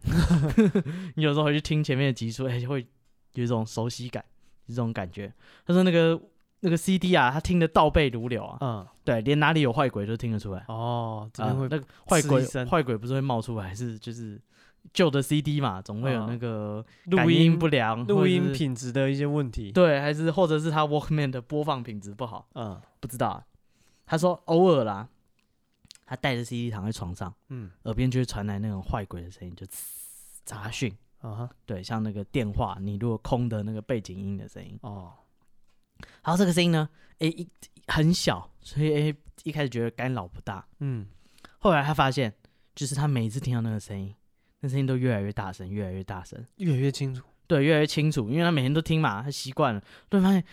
Speaker 2: [laughs] 你有时候回去听前面的集数，哎、会有一种熟悉感，有这种感觉。他说那个那个 CD 啊，他听得倒背如流啊，
Speaker 1: 嗯，
Speaker 2: 对，连哪里有坏鬼都听得出来。
Speaker 1: 哦，这
Speaker 2: 啊
Speaker 1: 边会
Speaker 2: 那个坏
Speaker 1: 呲一
Speaker 2: 鬼
Speaker 1: 声
Speaker 2: 坏鬼不是会冒出来，是就是旧的 CD 嘛，总会有那
Speaker 1: 嗯
Speaker 2: 个感
Speaker 1: 录
Speaker 2: 应
Speaker 1: 音
Speaker 2: 不良、或
Speaker 1: 录
Speaker 2: 者
Speaker 1: 音
Speaker 2: 是
Speaker 1: 品质的一些问题，
Speaker 2: 对，还是或者是他 Walkman 的播放品质不好，
Speaker 1: 嗯
Speaker 2: 不知道、啊。他说偶尔啦，他带着 CD 躺在床上，
Speaker 1: 嗯
Speaker 2: 耳边就会传来那种坏鬼的声音，就呲杂讯。
Speaker 1: 啊哈，
Speaker 2: 对，像那个电话，你如果空的那个背景音的声音，
Speaker 1: 哦，
Speaker 2: 然后这个声音呢，诶、一很小，所以诶、一开始觉得干扰不大，
Speaker 1: 嗯，
Speaker 2: 后来他发现，就是他每一次听到那个声音，那声音都越来越大声，越来越大声，
Speaker 1: 越来越清楚，
Speaker 2: 对，越来越清楚，因为他每天都听嘛，他习惯了，突然发现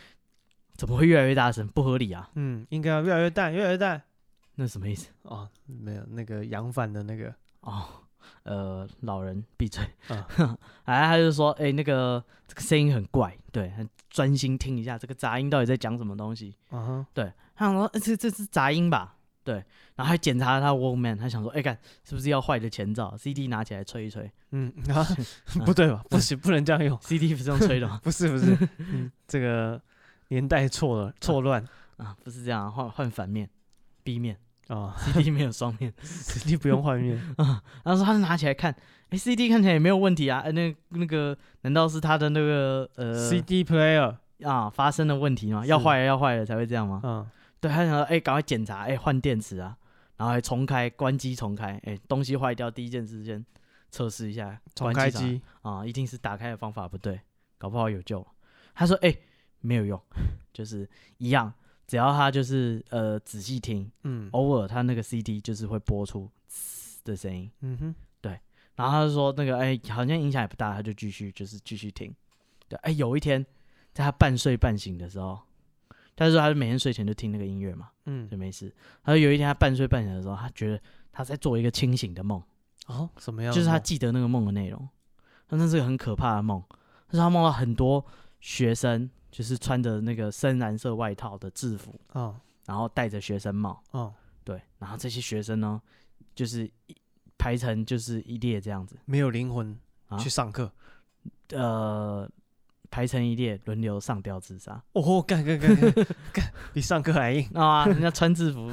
Speaker 2: 怎么会越来越大声，不合理啊，
Speaker 1: 嗯，应该要越来越淡，越来越淡，
Speaker 2: 那什么意思？
Speaker 1: 哦，没有那个扬帆的那个，
Speaker 2: 哦，呃，老人闭嘴。
Speaker 1: 嗯
Speaker 2: [laughs] 哎，他就说，哎、那个这个声音很怪，对，很专心听一下这个杂音到底在讲什么东西。
Speaker 1: 啊哈，
Speaker 2: 对，他想说，呃这这是杂音吧？对，然后还检查他的 Walkman，他想说，哎、看是不是要坏的前兆？CD 拿起来吹一吹
Speaker 1: 嗯啊， [laughs] 不对吧？不行，不能这样用，
Speaker 2: ，CD 不是用吹的吗？
Speaker 1: 不是不是，嗯，这个年代错了，错乱
Speaker 2: 啊，不是这样，换换反面，B 面
Speaker 1: 啊， [laughs]
Speaker 2: ，CD [laughs] 没有双面。
Speaker 1: 你不用换 [laughs] 面，
Speaker 2: 然后说他就拿起来看，哎、c d 看起来也没有问题啊，呃、那那个难道是他的那个呃
Speaker 1: CD player，
Speaker 2: 啊发生了问题吗？要
Speaker 1: 是
Speaker 2: 坏了要坏了才会这样吗？
Speaker 1: 嗯，
Speaker 2: 对，他想说，哎、赶快检查，哎、换电池啊，然后还重开，关机重开，哎、东西坏掉，第一件事先测试一下，
Speaker 1: 重
Speaker 2: 关
Speaker 1: 开
Speaker 2: 机
Speaker 1: 机，
Speaker 2: 啊，一定是打开的方法不对，搞不好有救。他说，哎、没有用， [laughs] 就是一样，只要他就是呃仔细听，
Speaker 1: 嗯
Speaker 2: 偶尔他那个 CD 就是会播出嘶的声音，
Speaker 1: 嗯哼，
Speaker 2: 然后他就说那个哎、好像影响也不大，他就继续就是继续听。对，哎、有一天在他半睡半醒的时候，他就说他每天睡前就听那个音乐嘛，就
Speaker 1: 嗯，
Speaker 2: 没事。他说有一天他半睡半醒的时候，他觉得他在做一个清醒的梦，
Speaker 1: 哦，什么样的梦？
Speaker 2: 就是他记得那个梦的内容。他那是个很可怕的梦，他说他梦到很多学生，就是穿着那个深蓝色外套的制服，
Speaker 1: 哦
Speaker 2: 然后戴着学生帽，
Speaker 1: 哦，
Speaker 2: 对，然后这些学生呢，就是一排成就是一列这样子，
Speaker 1: 没有灵魂
Speaker 2: 啊
Speaker 1: 去上课，
Speaker 2: 呃，排成一列轮流上吊自杀。
Speaker 1: [laughs] 哦，干干干干 [laughs] 干，比上课还
Speaker 2: [laughs]
Speaker 1: 硬，
Speaker 2: 啊，人家穿制服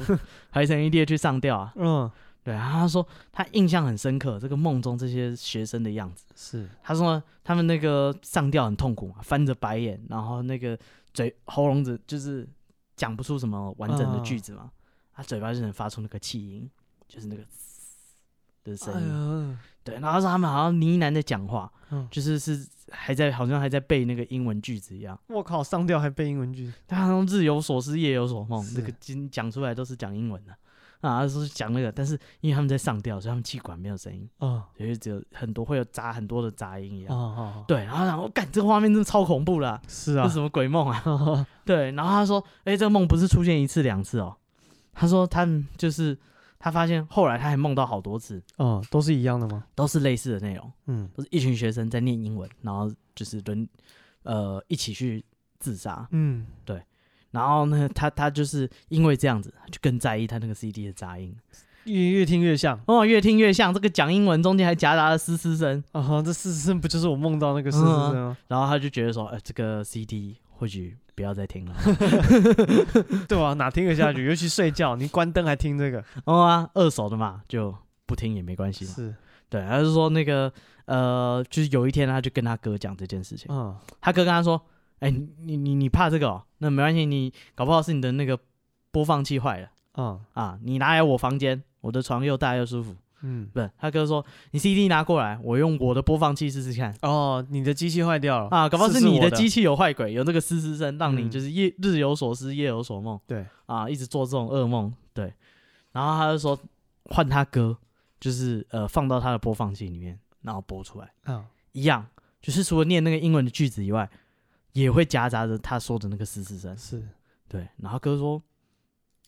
Speaker 2: 排成一列去上吊啊。
Speaker 1: 嗯，
Speaker 2: 对，然后他说他印象很深刻，这个梦中这些学生的样子。
Speaker 1: 是，
Speaker 2: 他说他们那个上吊很痛苦嘛，翻着白眼，然后那个嘴喉咙子就是讲不出什么完整的句子嘛，他嘴巴就能发出那个气音，就是那个嘶的声
Speaker 1: 哎
Speaker 2: 音。
Speaker 1: 呀，
Speaker 2: 对，然后说他们好像呢喃在讲话，
Speaker 1: 嗯
Speaker 2: 就是是还在好像还在背那个英文句子一样。
Speaker 1: 我靠，上吊还背英文句，
Speaker 2: 他好像日有所思，夜有所梦，这
Speaker 1: 是
Speaker 2: 个今讲出来都是讲英文的啊，他说是讲那个，但是因为他们在上吊，所以他们气管没有声音，
Speaker 1: 哦
Speaker 2: 所以只有很多会有杂很多的杂音嗯一
Speaker 1: 哦
Speaker 2: 样。
Speaker 1: 哦，
Speaker 2: 对，然后然后干这个画面真的超恐怖 [laughs] 啦，
Speaker 1: 是
Speaker 2: 这
Speaker 1: 啊
Speaker 2: 是，什么鬼梦啊？对，然后他说，哎、这个梦不是出现一次两次哦，他说他们就是他发现后来他还梦到好多次，
Speaker 1: 哦，都是一样的吗？
Speaker 2: 都是类似的内容，
Speaker 1: 嗯，
Speaker 2: 都是一群学生在念英文，然后就是轮呃一起去自杀，
Speaker 1: 嗯，
Speaker 2: 然后呢，他他就是因为这样子，他就更在意他那个 CD 的杂音。
Speaker 1: 越越听越像
Speaker 2: 哦，越听越像，这个讲英文中间还夹杂了嘶嘶声，
Speaker 1: 啊哈！这四声不就是我梦到那个四声吗？
Speaker 2: 然后他就觉得说，呃，这个 CD 或许不要再听了。 [laughs] 嗯
Speaker 1: 对啊，哪听得下去？尤其睡觉，你关灯还听这个，
Speaker 2: 哦啊，二手的嘛，就不听也没关系嘛。
Speaker 1: 是，
Speaker 2: 对，他就说那个呃，就是有一天他就跟他哥讲这件事情，
Speaker 1: 嗯，
Speaker 2: 他哥跟他说，哎、你你你你怕这个、哦？那没关系，你搞不好是你的那个播放器坏了
Speaker 1: 嗯
Speaker 2: 啊！你拿来我房间，我的床又大又舒服。
Speaker 1: 嗯，
Speaker 2: 不是，他哥说你 CD 拿过来，我用我的播放器试试看
Speaker 1: 哦，你的机器坏掉了
Speaker 2: 啊！搞不好
Speaker 1: 是
Speaker 2: 是你
Speaker 1: 我的
Speaker 2: 机器有坏鬼，有那个嘶嘶声，让你
Speaker 1: 嗯
Speaker 2: 就是夜日有所思，夜有所梦。
Speaker 1: 对
Speaker 2: 啊，一直做这种噩梦。对，然后他就说换他歌，就是呃放到他的播放器里面，然后播出来。
Speaker 1: 啊，
Speaker 2: 一样，就是除了念那个英文的句子以外，也会夹杂着他说的那个嘶嘶声。
Speaker 1: 是，
Speaker 2: 对，然后哥说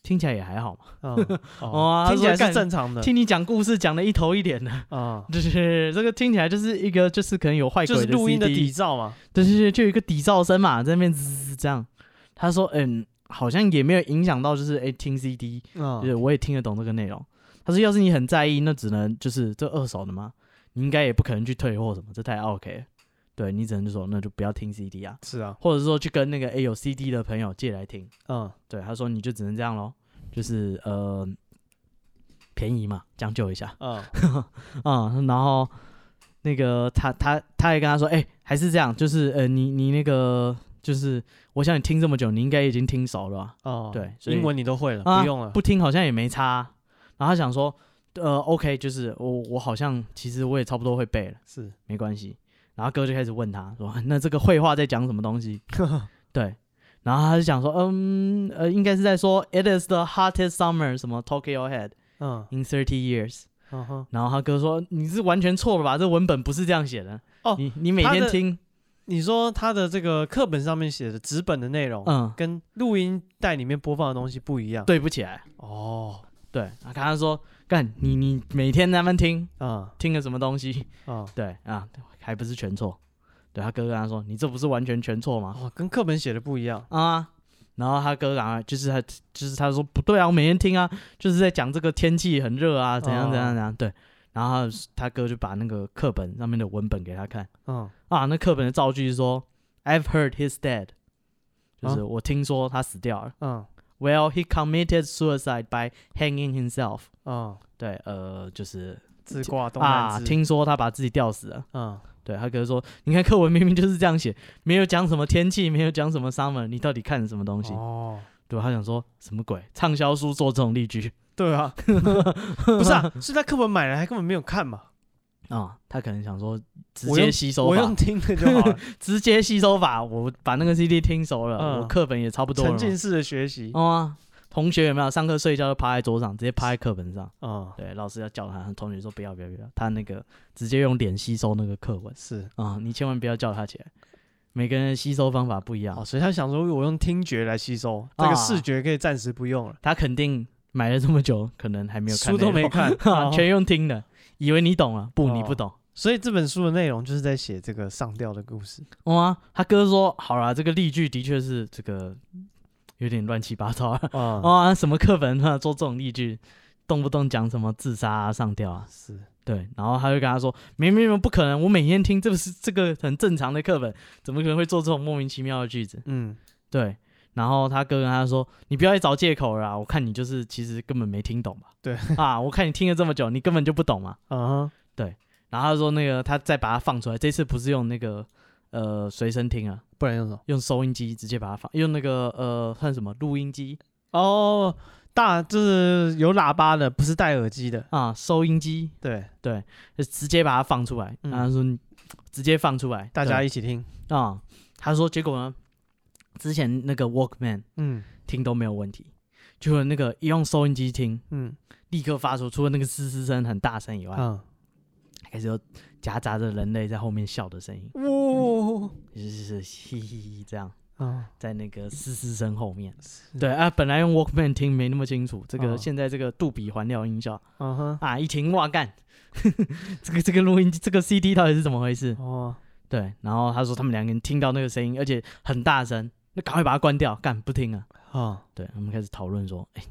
Speaker 2: 听起来也还好嘛，
Speaker 1: 嗯
Speaker 2: [laughs] 哦
Speaker 1: 哦，
Speaker 2: 他
Speaker 1: 听起
Speaker 2: 说
Speaker 1: 来
Speaker 2: 干
Speaker 1: 是正常的
Speaker 2: 听你讲故事讲的一头一脸的，
Speaker 1: 啊，
Speaker 2: [laughs] 就是这个听起来就是一个就是可能有坏鬼
Speaker 1: 就是录音的
Speaker 2: CD
Speaker 1: 底噪嘛，
Speaker 2: 对对对，就有一个底噪声嘛，在那边滋滋滋这样。他说嗯，好像也没有影响到，就是哎听 CD，就是
Speaker 1: 嗯，
Speaker 2: 我也听得懂这个内容。他说要是你很在意，那只能就是这二手的嘛，你应该也不可能去退货什么，这太 OK 了。对你只能就说那就不要听 CD 啊，
Speaker 1: 是啊，
Speaker 2: 或者说去跟那个诶哎有 CD 的朋友借来听。
Speaker 1: 嗯
Speaker 2: 对，他说你就只能这样咯，就是呃便宜嘛，将就一下
Speaker 1: 嗯，
Speaker 2: 啊、嗯。然后那个他他他也跟他说，哎、还是这样，就是呃你你那个就是我想你听这么久，你应该已经听熟了啊、
Speaker 1: 哦，
Speaker 2: 对所以
Speaker 1: 英文你都会了，
Speaker 2: 啊
Speaker 1: 不用了，
Speaker 2: 不听好像也没差啊。然后他想说，呃，OK，就是我我好像其实我也差不多会背了，
Speaker 1: 是，
Speaker 2: 没关系。然后哥就开始问他说， [laughs] 那这个绘画在讲什么东西？对。然后他就想说，嗯，呃，应该是在说 It is the hottest summer 什么 Tokyo head
Speaker 1: 嗯
Speaker 2: in thirty years。
Speaker 1: 嗯哼，
Speaker 2: 然后他哥说，你是完全错了吧？这文本不是这样写的。
Speaker 1: 哦
Speaker 2: 你你每
Speaker 1: 他
Speaker 2: 天
Speaker 1: 的
Speaker 2: 听，
Speaker 1: 你说他的这个课本上面写的纸本的内容，
Speaker 2: 嗯，
Speaker 1: 跟录音带里面播放的东西不一样，，
Speaker 2: 对不起来。
Speaker 1: 哦，
Speaker 2: 对，然后他说，干你你每天在那边听
Speaker 1: 嗯
Speaker 2: 听个什么东西？ [laughs]
Speaker 1: 嗯，
Speaker 2: 对啊，还不是全错。对他哥跟他说：“你这不是完全全错吗
Speaker 1: 哦，跟课本写的不一样，？”
Speaker 2: 啊，然后他哥赶快就是他就是他说不对啊，我每天听啊，就是在讲这个天气很热啊，怎
Speaker 1: 哦
Speaker 2: 样怎样怎样。对，然后他他哥就把那个课本上面的文本给他看
Speaker 1: 嗯
Speaker 2: 啊，那课本的造句是说：“I've heard he's dead。”就
Speaker 1: 啊
Speaker 2: 是我听说他死掉了。
Speaker 1: 嗯
Speaker 2: Well, he committed suicide by hanging himself。
Speaker 1: 嗯，
Speaker 2: 对，呃，就是
Speaker 1: 自挂东
Speaker 2: 啊，
Speaker 1: 南枝，
Speaker 2: 听说他把自己吊死了。
Speaker 1: 嗯
Speaker 2: 对他哥说，你看课文明明就是这样写，没有讲什么天气，没有讲什么 summer，你到底看了什么东西？
Speaker 1: 哦。
Speaker 2: 对，他想说什么鬼？畅销书做这种例句
Speaker 1: 对啊， [laughs] 不是
Speaker 2: [laughs]
Speaker 1: 啊，是在课本买来，还根本没有看嘛，
Speaker 2: 啊、他可能想说直
Speaker 1: 我用
Speaker 2: 接吸收
Speaker 1: 我用
Speaker 2: 法，
Speaker 1: 听的就好了，
Speaker 2: 直接吸收法，我把那个 CD 听熟了，
Speaker 1: 嗯
Speaker 2: 我课本也 [laughs] 差不多了
Speaker 1: 沉
Speaker 2: 嘛。
Speaker 1: 浸式的学习，
Speaker 2: 哦啊、同学有没有上课睡觉就趴在桌上，直接趴在课本上？
Speaker 1: 嗯，
Speaker 2: 对，老师要叫他，同学说不要不要不要，他那个直接用脸吸收那个课文
Speaker 1: 是，
Speaker 2: 啊、你千万不要叫他起来。每个人的吸收方法不一样
Speaker 1: 哦，，所以他想说，我用听觉来吸收，这
Speaker 2: 啊
Speaker 1: 个视觉可以暂时不用了，
Speaker 2: 他肯定买了这么久，可能还没有看
Speaker 1: 书都
Speaker 2: 内
Speaker 1: 没
Speaker 2: [laughs] 容，，
Speaker 1: 看
Speaker 2: 哈
Speaker 1: 哦
Speaker 2: 全用听的，以为你懂了，啊不，
Speaker 1: 哦
Speaker 2: 你不懂。
Speaker 1: 所以这本书的内容就是在写这个上吊的故事，
Speaker 2: 哇、哦啊他哥说好啦，这个例句的确是这个有点乱七八糟啊。
Speaker 1: 啊
Speaker 2: 哇、什么课本啊，做这种例句，动不动讲什么自杀啊、上吊啊，
Speaker 1: 是，
Speaker 2: 对。然后他就跟他说，没没没，不可能，我每天听这个是这个很正常的课本，怎么可能会做这种莫名其妙的句子？
Speaker 1: 嗯，
Speaker 2: 对。然后他哥跟他说：“你不要再找借口了啊、我看你就是其实根本没听懂吧？
Speaker 1: 对
Speaker 2: [laughs] 啊，我看你听了这么久，你根本就不懂嘛。
Speaker 1: 啊哈，
Speaker 2: 然后他说那个他再把它放出来，这次不是用那个呃随身听啊，
Speaker 1: 不然用什么？
Speaker 2: 用收音机直接把它放，用那个呃算什么录音机
Speaker 1: 哦，大就是有喇叭的，不是戴耳机的，
Speaker 2: 啊，收音机
Speaker 1: 对，
Speaker 2: 就直接把它放出来。
Speaker 1: 嗯
Speaker 2: 然后他说你直接放出来，
Speaker 1: 大家
Speaker 2: 对
Speaker 1: 一起听，
Speaker 2: 啊，他说结果呢，之前那个 Walkman
Speaker 1: 嗯
Speaker 2: 听都没有问题，结果那个一用收音机听，
Speaker 1: 嗯
Speaker 2: 立刻发出除了那个嘶嘶声很大声以外，
Speaker 1: 嗯，
Speaker 2: 开始有夹杂着人类在后面笑的声音，
Speaker 1: 嗯哇，
Speaker 2: 就是 [laughs] 嘻嘻嘻这样，
Speaker 1: 啊，
Speaker 2: 在那个嘶嘶声后面。
Speaker 1: 是
Speaker 2: 对，啊，本来用 Walkman 听没那么清楚，这个、
Speaker 1: 哦
Speaker 2: 现在这个杜比环绕音效
Speaker 1: 啊哈，
Speaker 2: 啊，一听哇干， [laughs] 这个这个录音机这个 CD 到底是怎么回事？
Speaker 1: 哦，
Speaker 2: 对，然后他说他们两个人听到那个声音，而且很大声，那赶快把它关掉，干不听啊。
Speaker 1: 啊，
Speaker 2: 对，我们开始讨论说，哎、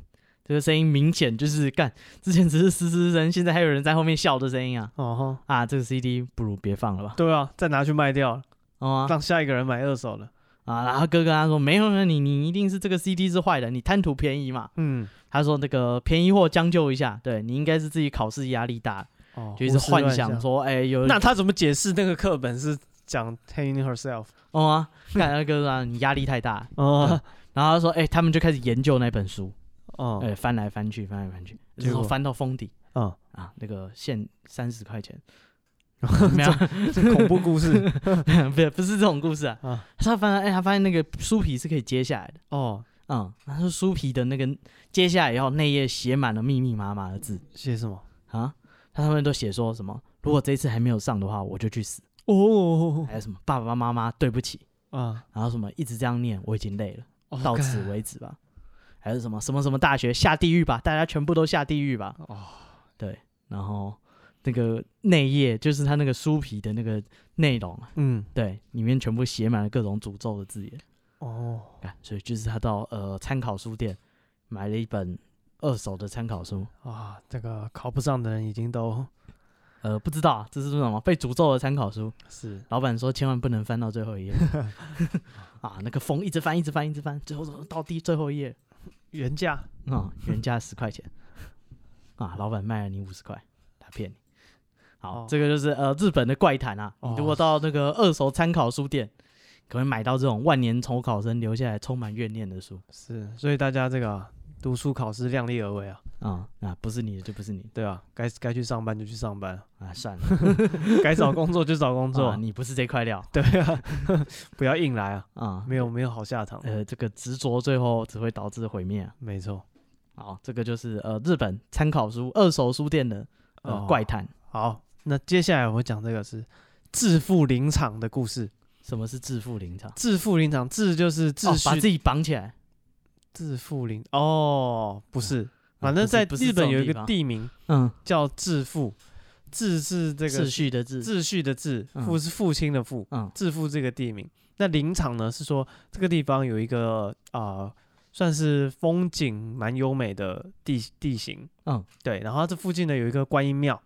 Speaker 2: 这个声音明显就是干，之前只是嘶嘶声，现在还有人在后面笑的声音啊
Speaker 1: 哦哈。
Speaker 2: 啊，这个 CD 不如别放了吧。
Speaker 1: 对啊，再拿去卖掉，
Speaker 2: 哦啊
Speaker 1: 让下一个人买二手的。
Speaker 2: 啊，然后哥跟他说，没有没有，你你一定是这个 CD 是坏的，你贪图便宜嘛。
Speaker 1: 嗯，
Speaker 2: 他说那个便宜货将就一下，对你应该是自己考试压力大，
Speaker 1: 哦
Speaker 2: 嗯就一直幻
Speaker 1: 胡思
Speaker 2: 想
Speaker 1: 乱
Speaker 2: 说，哎、有
Speaker 1: 那他怎么解释那个课本是讲 Hanging Herself
Speaker 2: 哦啊，干那个啊，你压力太大。
Speaker 1: 哦
Speaker 2: 然后他说，哎、他们就开始研究那本书，哎、
Speaker 1: 哦
Speaker 2: 翻来翻去，翻来翻去，
Speaker 1: 结果
Speaker 2: 然后翻到封底
Speaker 1: 哦，
Speaker 2: 啊，那个现三十
Speaker 1: [laughs]
Speaker 2: 块钱，没有
Speaker 1: 这， [laughs] 这恐怖故事
Speaker 2: [laughs] 不是不是这种故事啊。
Speaker 1: 啊
Speaker 2: 他翻到，哎、他发现那个书皮是可以揭下来的。
Speaker 1: [laughs] 哦，
Speaker 2: 嗯，他说书皮的那个揭下来以后，内页写满了密密麻麻的字
Speaker 1: 写什么？
Speaker 2: 啊，他上面都写说什么，如果这一次还没有上的话，我就去死，
Speaker 1: 哦
Speaker 2: 还有什么爸爸妈妈对不起，
Speaker 1: 啊，
Speaker 2: 然后什么一直这样念，我已经累了，
Speaker 1: 哦
Speaker 2: 到
Speaker 1: 干
Speaker 2: 此为止吧，还是什么什么什么大学下地狱吧，大家全部都下地狱吧，
Speaker 1: 哦，
Speaker 2: 然后那个内页就是他那个书皮的那个内容啊，
Speaker 1: 嗯
Speaker 2: 对，里面全部写满了各种诅咒的字眼。
Speaker 1: 哦，
Speaker 2: 啊，所以就是他到呃参考书店买了一本二手的参考书，
Speaker 1: 啊，这个考不上的人已经都
Speaker 2: 呃，不知道啊这是什么被诅咒的参考书。
Speaker 1: 是
Speaker 2: 老板说千万不能翻到最
Speaker 1: [laughs]
Speaker 2: 后一页啊，那个风一直翻，一直翻，一直翻，最后到第最后一页
Speaker 1: 原价
Speaker 2: 啊，原价十块钱啊，老板卖了你五十块，他骗你。好，
Speaker 1: 哦
Speaker 2: 这个就是呃日本的怪谈啊，你如果
Speaker 1: 哦
Speaker 2: 到那个二手参考书店，可能买到这种万年愁考生留下来充满怨念的书
Speaker 1: 是，所以大家这个啊读书考试量力而为啊，
Speaker 2: 啊、啊，不是你的就不是你的
Speaker 1: 对啊，该该去上班就去上班，
Speaker 2: 啊，算了。
Speaker 1: 该找工作就找工 [laughs]
Speaker 2: 啊
Speaker 1: 作，
Speaker 2: 你不是这块料
Speaker 1: 对啊， [laughs] 不要硬来啊，
Speaker 2: 啊、
Speaker 1: 没有没有好下场，
Speaker 2: 呃，这个执着最后只会导致毁灭、啊。
Speaker 1: 没错，
Speaker 2: 好，这个就是呃日本参考书二手书店的呃、
Speaker 1: 哦
Speaker 2: 怪谈。
Speaker 1: 好，那接下来我讲这个是致富林场的故事。
Speaker 2: 什么是致富林场？
Speaker 1: 致富林场，致就是
Speaker 2: 哦
Speaker 1: 秩序，
Speaker 2: 把自己绑起来。
Speaker 1: 致富林哦，不是，
Speaker 2: 啊
Speaker 1: 反
Speaker 2: 不
Speaker 1: 正
Speaker 2: 是
Speaker 1: 在
Speaker 2: 不是
Speaker 1: 日
Speaker 2: 这
Speaker 1: 本
Speaker 2: 种
Speaker 1: 有一
Speaker 2: 地
Speaker 1: 个
Speaker 2: 方
Speaker 1: 地名
Speaker 2: 嗯，
Speaker 1: 叫致富，致是这个
Speaker 2: 秩序的秩。
Speaker 1: 秩序的秩，
Speaker 2: 嗯
Speaker 1: 父是父亲的父，
Speaker 2: 嗯
Speaker 1: 致富这个地名。那林场呢，是说这个地方有一个啊、呃算是风景蛮优美的地地形，
Speaker 2: 嗯，
Speaker 1: 对。然后这附近呢有一个观音庙、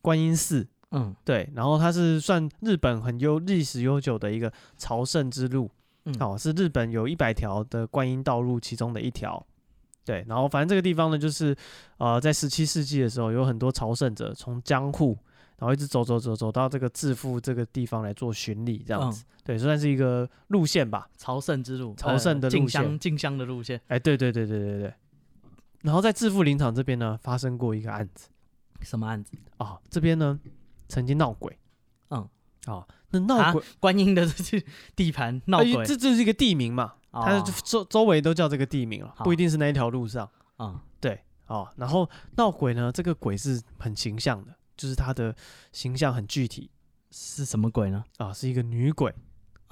Speaker 1: 观音寺，
Speaker 2: 嗯
Speaker 1: 对，然后它是算日本很悠历史悠久的一个朝圣之路，
Speaker 2: 嗯
Speaker 1: 哦，是日本有一百条的观音道路其中的一条。对，然后反正这个地方呢，就是呃，在十七世纪的时候，有很多朝圣者从江户，然后一直走走走走到这个致富这个地方来做巡礼，这样子。
Speaker 2: 嗯
Speaker 1: 对，算是一个路线吧。
Speaker 2: 朝圣之路，
Speaker 1: 朝圣的
Speaker 2: 呃进
Speaker 1: 路线
Speaker 2: 香进香的路线，
Speaker 1: 哎，对对对对对对。然后在致富林场这边呢，发生过一个案子
Speaker 2: 什么案子？
Speaker 1: 啊、这边呢曾经闹鬼。
Speaker 2: 嗯，
Speaker 1: 哦，那闹
Speaker 2: 啊
Speaker 1: 鬼、
Speaker 2: 观音的这地盘闹
Speaker 1: 哎
Speaker 2: 鬼，
Speaker 1: 这这是一个地名嘛，
Speaker 2: 哦
Speaker 1: 它周周围都叫这个地名了，
Speaker 2: 好
Speaker 1: 不一定是那一条路上。
Speaker 2: 啊
Speaker 1: 对，哦，然后闹鬼呢，这个鬼是很形象的，就是它的形象很具体
Speaker 2: 是什么鬼呢？
Speaker 1: 啊、是一个女鬼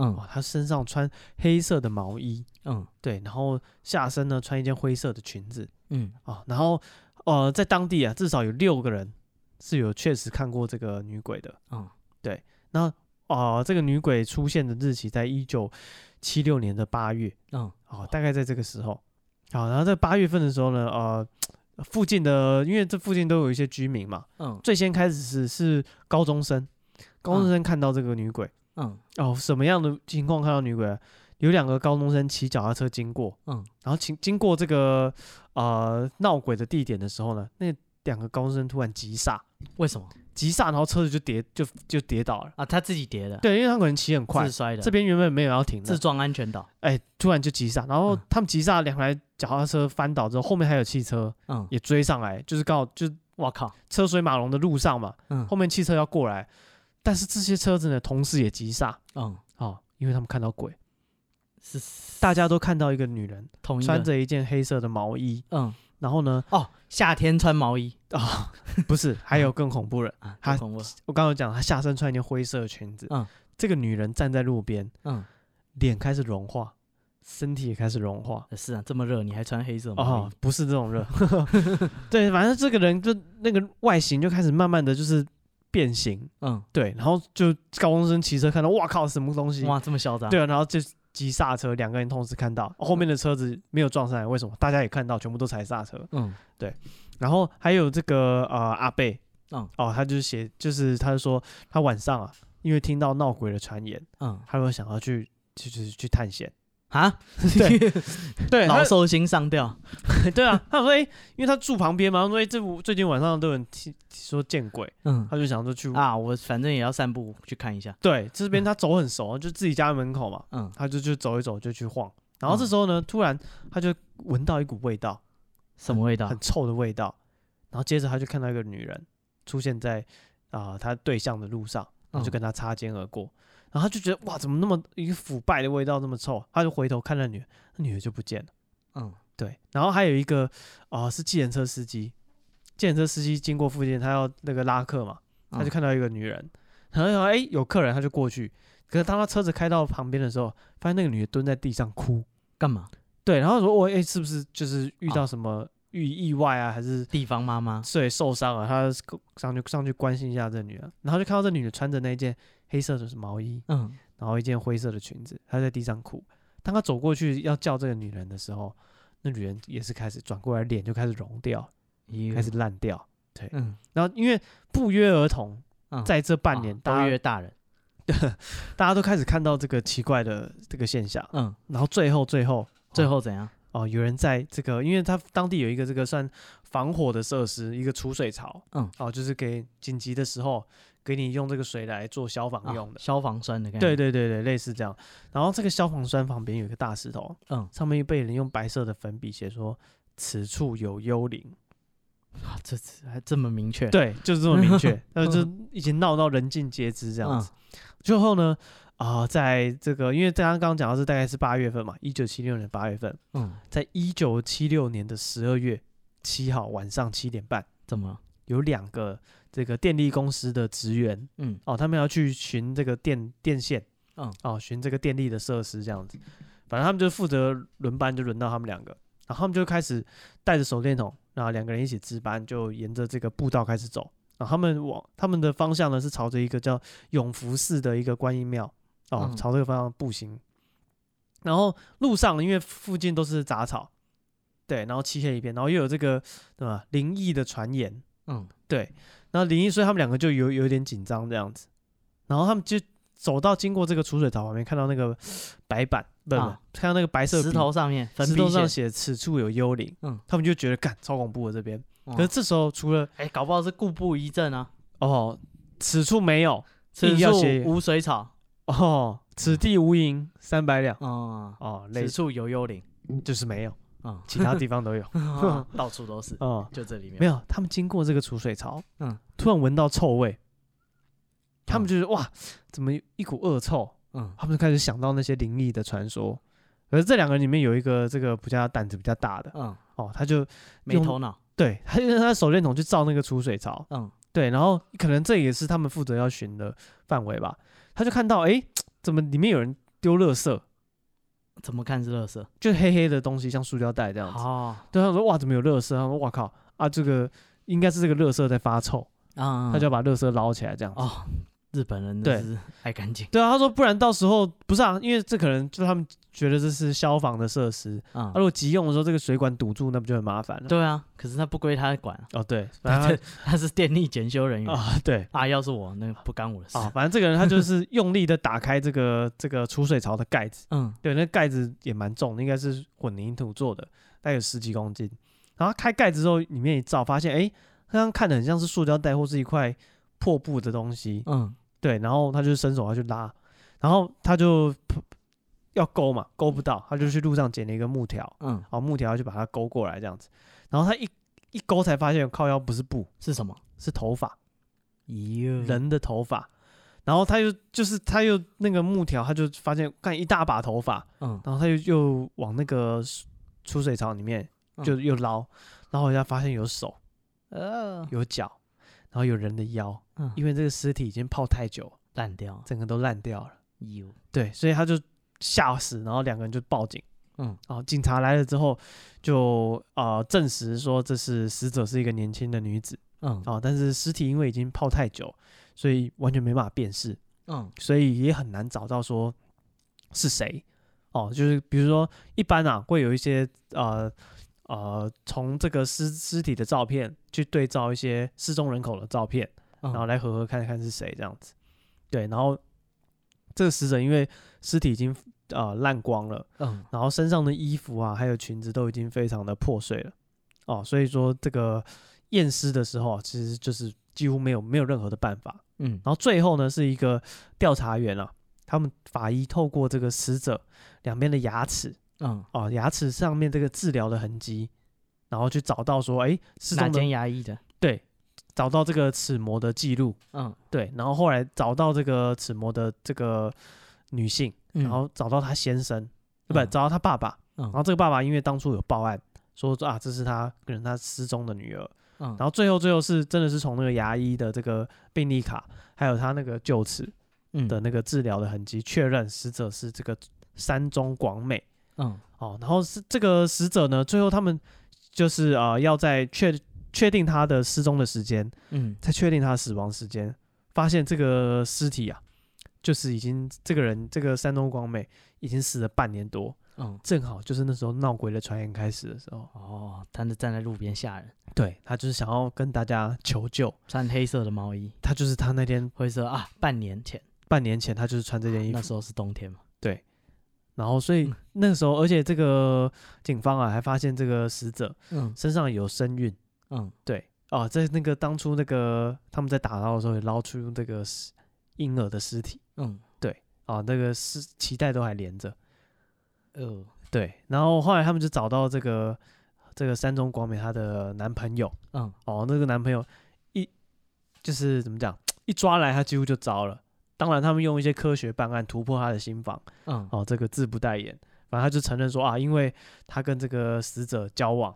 Speaker 2: 嗯
Speaker 1: 哦，她身上穿黑色的毛衣，
Speaker 2: 嗯
Speaker 1: 对，然后下身呢穿一件灰色的裙子
Speaker 2: 嗯，
Speaker 1: 啊、然后呃，在当地啊，至少有六个人是有确实看过这个女鬼的，
Speaker 2: 嗯，
Speaker 1: 对，那哦、这个女鬼出现的日期在一九七六年的八月，
Speaker 2: 嗯
Speaker 1: 哦，大概在这个时候。好，然后在八月份的时候呢，呃，附近的因为这附近都有一些居民嘛，
Speaker 2: 嗯
Speaker 1: 最先开始是是高中生，高中生看到这个女鬼、
Speaker 2: 嗯
Speaker 1: 哦，什么样的情况看到女鬼啊？有两个高中生骑脚踏车经过，
Speaker 2: 嗯，
Speaker 1: 然后经经过这个呃闹鬼的地点的时候呢，那两个高中生突然急刹，
Speaker 2: 为什么
Speaker 1: 急刹，然后车子就跌就就跌倒了。
Speaker 2: 啊？他自己叠的，
Speaker 1: 对，因为他可能骑很快
Speaker 2: 自，摔的，
Speaker 1: 这边原本没有要停的
Speaker 2: 自，撞安全岛。
Speaker 1: 哎、突然就急刹，然后
Speaker 2: 嗯
Speaker 1: 他们急刹，两台脚踏车翻倒之后，后面还有汽车
Speaker 2: 嗯，
Speaker 1: 也追上来，就是刚好就是
Speaker 2: 我靠，
Speaker 1: 车水马龙的路上嘛，
Speaker 2: 嗯
Speaker 1: 后面汽车要过来，但是这些车子呢，同时也急刹
Speaker 2: 嗯，
Speaker 1: 哦，因为他们看到鬼，
Speaker 2: 是
Speaker 1: 大家都看到一个女人
Speaker 2: 同一
Speaker 1: 穿
Speaker 2: 个
Speaker 1: 着一件黑色的毛衣，
Speaker 2: 嗯
Speaker 1: 然后
Speaker 2: [laughs]
Speaker 1: 呢，
Speaker 2: 哦，夏天穿毛衣
Speaker 1: 啊、不是，还有更恐怖的，
Speaker 2: 啊，
Speaker 1: 他
Speaker 2: 好恐怖，
Speaker 1: 我刚刚有讲她下身穿一件灰色的裙子，
Speaker 2: 嗯，
Speaker 1: 这个女人站在路边，
Speaker 2: 嗯，
Speaker 1: 脸开始融化，身体也开始融化，
Speaker 2: 是啊，这么热你还穿黑色毛
Speaker 1: 哦
Speaker 2: 衣，，
Speaker 1: 不是这种热， [laughs] 对，反正这个人就那个外形就开始慢慢的就是变形，
Speaker 2: 嗯，
Speaker 1: 对，然后就高中生骑车看到，哇靠，什么东西？
Speaker 2: 哇，这么嚣张，
Speaker 1: 对啊，然后就急刹车，两个人同时看到后面的车子没有撞上来，为什么？大家也看到，全部都踩刹车。
Speaker 2: 嗯，
Speaker 1: 然后还有这个呃阿贝，
Speaker 2: 嗯
Speaker 1: 哦，他就是写，就是他就说他晚上啊，因为听到闹鬼的传言，
Speaker 2: 嗯
Speaker 1: 他说想要去去去去探险，
Speaker 2: 啊， [laughs]
Speaker 1: 对对，
Speaker 2: 老
Speaker 1: 他
Speaker 2: 寿星上吊，
Speaker 1: [laughs] 对啊，他想说哎、因为他住旁边嘛，他说哎、这午最近晚上都有人听说见鬼，
Speaker 2: 嗯
Speaker 1: 他就想说去、
Speaker 2: 啊，我反正也要散步去看一下，
Speaker 1: 对这边他走很熟，就自己家门口嘛，
Speaker 2: 嗯，
Speaker 1: 他就就走一走就去晃，然后这时候呢，突然他就闻到一股味道，
Speaker 2: 什么味道
Speaker 1: 很？臭的味道，然后接着他就看到一个女人出现在啊、他对象的路上，然后就
Speaker 2: 嗯
Speaker 1: 跟他擦肩而过，然后他就觉得哇，怎么那么一个腐败的味道那么臭，他就回头看那女人，那女人就不见了。
Speaker 2: 嗯
Speaker 1: 对，然后还有一个啊、呃是计程车司机，计程车司机经过附近，他要那个拉客嘛，他
Speaker 2: 嗯
Speaker 1: 就看到一个女人，然后想哎有客人，他就过去，可是当他车子开到旁边的时候，发现那个女的蹲在地上哭，
Speaker 2: 干嘛？
Speaker 1: 对，然后说我哎是不是就是遇到
Speaker 2: 哦
Speaker 1: 什么遇意外啊，还是
Speaker 2: 地方妈妈，
Speaker 1: 对受伤啊？他上去上去关心一下这女的，然后就看到这女的穿着那件黑色的毛衣，
Speaker 2: 嗯，
Speaker 1: 然后一件灰色的裙子，她在地上哭。当她走过去要叫这个女人的时候，那女人也是开始转过来，脸就开始融掉，开始
Speaker 2: 哟，
Speaker 1: 烂掉。
Speaker 2: 嗯
Speaker 1: 然后因为不约而同，
Speaker 2: 嗯，
Speaker 1: 在这半年，
Speaker 2: 啊
Speaker 1: 大
Speaker 2: 都
Speaker 1: 家
Speaker 2: 约大人，
Speaker 1: 大家都开始看到这个奇怪的这个现象。
Speaker 2: 嗯，
Speaker 1: 然后最后最后
Speaker 2: 最后怎样？
Speaker 1: 哦，有人在这个，因为他当地有一个这个算防火的设施，一个储水槽，
Speaker 2: 嗯
Speaker 1: 哦，就是给紧急的时候给你用这个水来做消
Speaker 2: 啊
Speaker 1: 防用的。
Speaker 2: 消防栓的概念，
Speaker 1: 对，对对对，类似这样。然后这个消防栓旁边有一个大石头，
Speaker 2: 嗯，
Speaker 1: 上面被人用白色的粉笔写说“此处有幽灵
Speaker 2: 啊这次还这么明”，确，，
Speaker 1: 对，就是这么明确。那就已经闹到人尽皆知这样子。最后呢，啊、在这个因为大家刚刚讲到是大概是八月份嘛，一九七六年八月份，
Speaker 2: 嗯，
Speaker 1: 在一九七六年的十二月七号晚上七点半，
Speaker 2: 怎么了？
Speaker 1: 有两个这个电力公司的职员
Speaker 2: 嗯，
Speaker 1: 哦，他们要去寻这个电电线，
Speaker 2: 嗯
Speaker 1: 哦，寻这个电力的设施这样子。反正他们就负责轮班，就轮到他们两个，然后他们就开始带着手电筒，然后两个人一起值班，就沿着这个步道开始走。然后他们往他们的方向呢是朝着一个叫永福寺的一个观音庙哦，
Speaker 2: 嗯
Speaker 1: 朝这个方向步行。然后路上因为附近都是杂草，对，然后漆黑一片，然后又有这个对吧灵异的传言，
Speaker 2: 嗯，
Speaker 1: 对，然后林一所以他们两个就有有点紧张这样子，然后他们就走到经过这个储水槽旁边，看到那个白板，不不，
Speaker 2: 啊
Speaker 1: 看到那个白色
Speaker 2: 石
Speaker 1: 笔
Speaker 2: 头上面，粉
Speaker 1: 石
Speaker 2: 笔
Speaker 1: 头上
Speaker 2: 写，
Speaker 1: 写“此处有幽灵”，
Speaker 2: 嗯哦
Speaker 1: 他们就觉得干超恐怖的这边。
Speaker 2: 哇
Speaker 1: 可是这时候除了
Speaker 2: 哎，搞不好是固步一阵啊，
Speaker 1: 哦，此处没有
Speaker 2: 此
Speaker 1: 硬要写
Speaker 2: 处无水草，
Speaker 1: 哦，此地无银三百两
Speaker 2: 嗯，
Speaker 1: 哦，类
Speaker 2: 此
Speaker 1: 似
Speaker 2: 处有幽灵，
Speaker 1: 就是没有，
Speaker 2: 嗯，
Speaker 1: 其他地方
Speaker 2: [laughs]
Speaker 1: 都有
Speaker 2: 到处都是，
Speaker 1: 哦，
Speaker 2: 就这里面
Speaker 1: 没有。他们经过这个储水槽，
Speaker 2: 嗯，
Speaker 1: 突然闻到臭味，他们就是哇，怎么一股恶臭？
Speaker 2: 嗯
Speaker 1: 他们就开始想到那些灵异的传说。可是这两个人里面有一个这个比较胆子比较大的
Speaker 2: 嗯，
Speaker 1: 哦，他就
Speaker 2: 没
Speaker 1: 用
Speaker 2: 头脑，
Speaker 1: 对他就用他的手电筒去照那个出水槽，
Speaker 2: 嗯
Speaker 1: 对，然后可能这也是他们负责要寻的范围吧。他就看到诶，怎么里面有人丢垃圾，
Speaker 2: 怎么看是垃圾？
Speaker 1: 就黑黑的东西，像塑料袋这样子。
Speaker 2: 哦，
Speaker 1: 对，他说哇，怎么有垃圾？他说哇靠啊，这个应该是这个垃圾在发臭，
Speaker 2: 啊，
Speaker 1: 他就要把垃圾捞起来这样子。
Speaker 2: 哦，日本人真是爱干净
Speaker 1: 对啊，他说不然到时候不是啊，因为这可能就他们觉得这是消防的设施，
Speaker 2: 啊
Speaker 1: 啊，如，果急用的时候这个水管堵住，那不就很麻烦了？
Speaker 2: 对啊，可是他不归他管啊，
Speaker 1: 哦， [laughs] 对，反
Speaker 2: 他
Speaker 1: 正
Speaker 2: 他是电力检修人
Speaker 1: 他
Speaker 2: 员
Speaker 1: 啊，对
Speaker 2: 啊，要是我那不干我的事，
Speaker 1: [laughs] 啊，反正这个人他就是用力的打开这个这个储水槽的盖子，
Speaker 2: 嗯
Speaker 1: 对，那盖子也蛮重的，应该是混凝土做的，大概有十几公斤。然后开盖子之后，里面一照，发现哎，诶刚刚看的很像是塑胶袋或是一块破布的东西，
Speaker 2: 嗯
Speaker 1: 对，然后他就伸手要去拉，然后他就要勾嘛，勾不到，他就去路上捡了一个木条，
Speaker 2: 嗯，
Speaker 1: 然后哦木条就把它勾过来这样子，然后他一一勾才发现靠腰不是布，
Speaker 2: 是什么？
Speaker 1: 是头发，
Speaker 2: 咦，
Speaker 1: 人的头发。然后他又就是他又那个木条，他就发现看一大把头发，
Speaker 2: 嗯
Speaker 1: 然后他又又往那个水出水槽里面
Speaker 2: 嗯
Speaker 1: 就又捞，然后人家发现有手
Speaker 2: 呃
Speaker 1: 有脚，然后有人的腰，
Speaker 2: 嗯
Speaker 1: 因为这个尸体已经泡太久，
Speaker 2: 烂掉，
Speaker 1: 整个都烂掉了。
Speaker 2: 有
Speaker 1: 对，所以他就吓死，然后两个人就报警。
Speaker 2: 嗯
Speaker 1: 哦，警察来了之后就呃证实说这是死者是一个年轻的女子
Speaker 2: 嗯
Speaker 1: 哦，但是尸体因为已经泡太久，所以完全没办法辨识，
Speaker 2: 嗯
Speaker 1: 所以也很难找到说是谁哦。就是比如说一般啊会有一些呃呃从这个尸尸体的照片去对照一些失踪人口的照片，然后
Speaker 2: 嗯
Speaker 1: 来合合看看是谁这样子。对，然后这个死者因为尸体已经呃烂光了，
Speaker 2: 嗯，
Speaker 1: 然后身上的衣服啊，还有裙子都已经非常的破碎了，哦，所以说这个验尸的时候啊，其实就是几乎没有没有任何的办法。
Speaker 2: 嗯，
Speaker 1: 然后最后呢，是一个调查员啊，他们法医透过这个死者两边的牙齿
Speaker 2: 嗯，
Speaker 1: 哦，牙齿上面这个治疗的痕迹，然后去找到说，哎，失
Speaker 2: 哪
Speaker 1: 踪的
Speaker 2: 间牙医的？
Speaker 1: 对，找到这个齿模的记录，
Speaker 2: 嗯，
Speaker 1: 对，然后后来找到这个齿模的这个女性，
Speaker 2: 然
Speaker 1: 然后找到她先生，呃对不
Speaker 2: 嗯
Speaker 1: 找到她爸爸，
Speaker 2: 嗯
Speaker 1: 然后这个爸爸因为当初有报案说啊，这是他可能他失踪的女儿，
Speaker 2: 嗯，
Speaker 1: 然后最后最后是真的是从那个牙医的这个病历卡，还有他那个臼齿
Speaker 2: 嗯
Speaker 1: 的，那个治疗的痕迹，确认死者是这个山中广美
Speaker 2: 嗯
Speaker 1: 哦。然后是这个死者呢，最后他们就是呃要在确确定他的失踪的时间，
Speaker 2: 嗯
Speaker 1: 在确定他的死亡时间，发现这个尸体啊，就是已经这个人这个山中广美已经死了半年多，
Speaker 2: 嗯，
Speaker 1: 正好就是那时候闹鬼的传言开始的时候，
Speaker 2: 哦，他那站在路边吓人，
Speaker 1: 对他就是想要跟大家求救，
Speaker 2: 穿黑色的毛衣，
Speaker 1: 他就是他那天
Speaker 2: 灰色啊，半年前
Speaker 1: 半年前他就是穿这件衣服
Speaker 2: 啊那，时候是冬天嘛，
Speaker 1: 然后所以
Speaker 2: 嗯
Speaker 1: 那个时候，而且这个警方啊还发现这个死者
Speaker 2: 嗯
Speaker 1: 身上有身孕，
Speaker 2: 嗯
Speaker 1: 对哦，在那个当初那个他们在打捞的时候也捞出这个尸婴儿的尸体
Speaker 2: 嗯，
Speaker 1: 啊，那个尸脐带都还连着。
Speaker 2: 呃，
Speaker 1: 对，然后后来他们就找到这个这个山中广美她的男朋友
Speaker 2: 嗯
Speaker 1: 哦，那个男朋友一就是怎么讲，一抓来他几乎就招了。当然，他们用一些科学办案突破他的心防
Speaker 2: 嗯
Speaker 1: 哦，这个自不代言。反正他就承认说啊，因为他跟这个死者交往，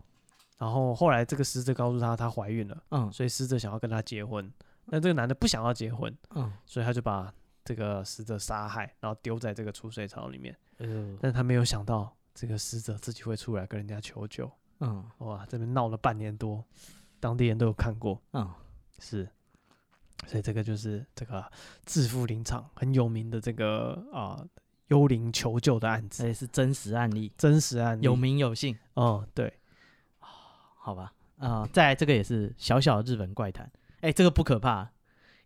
Speaker 1: 然后后来这个死者告诉他她怀孕了，
Speaker 2: 嗯
Speaker 1: 所以死者想要跟她结婚，但这个男的不想要结婚，
Speaker 2: 嗯，
Speaker 1: 所以他就把这个死者杀害，然后丢在这个储水槽里面。
Speaker 2: 呃，
Speaker 1: 但他没有想到这个死者自己会出来跟人家求救，
Speaker 2: 嗯
Speaker 1: 哇，这边闹了半年多，当地人都有看过，
Speaker 2: 嗯
Speaker 1: 是，所以这个就是这个致富林场很有名的这个啊、幽灵求救的案
Speaker 2: 这
Speaker 1: 子，
Speaker 2: 也哎是真实案例，
Speaker 1: 真实案例，
Speaker 2: 有名有姓，
Speaker 1: 哦，对，
Speaker 2: 好吧，啊、再来这个也是小小的日本怪谈，哎、这个不可怕，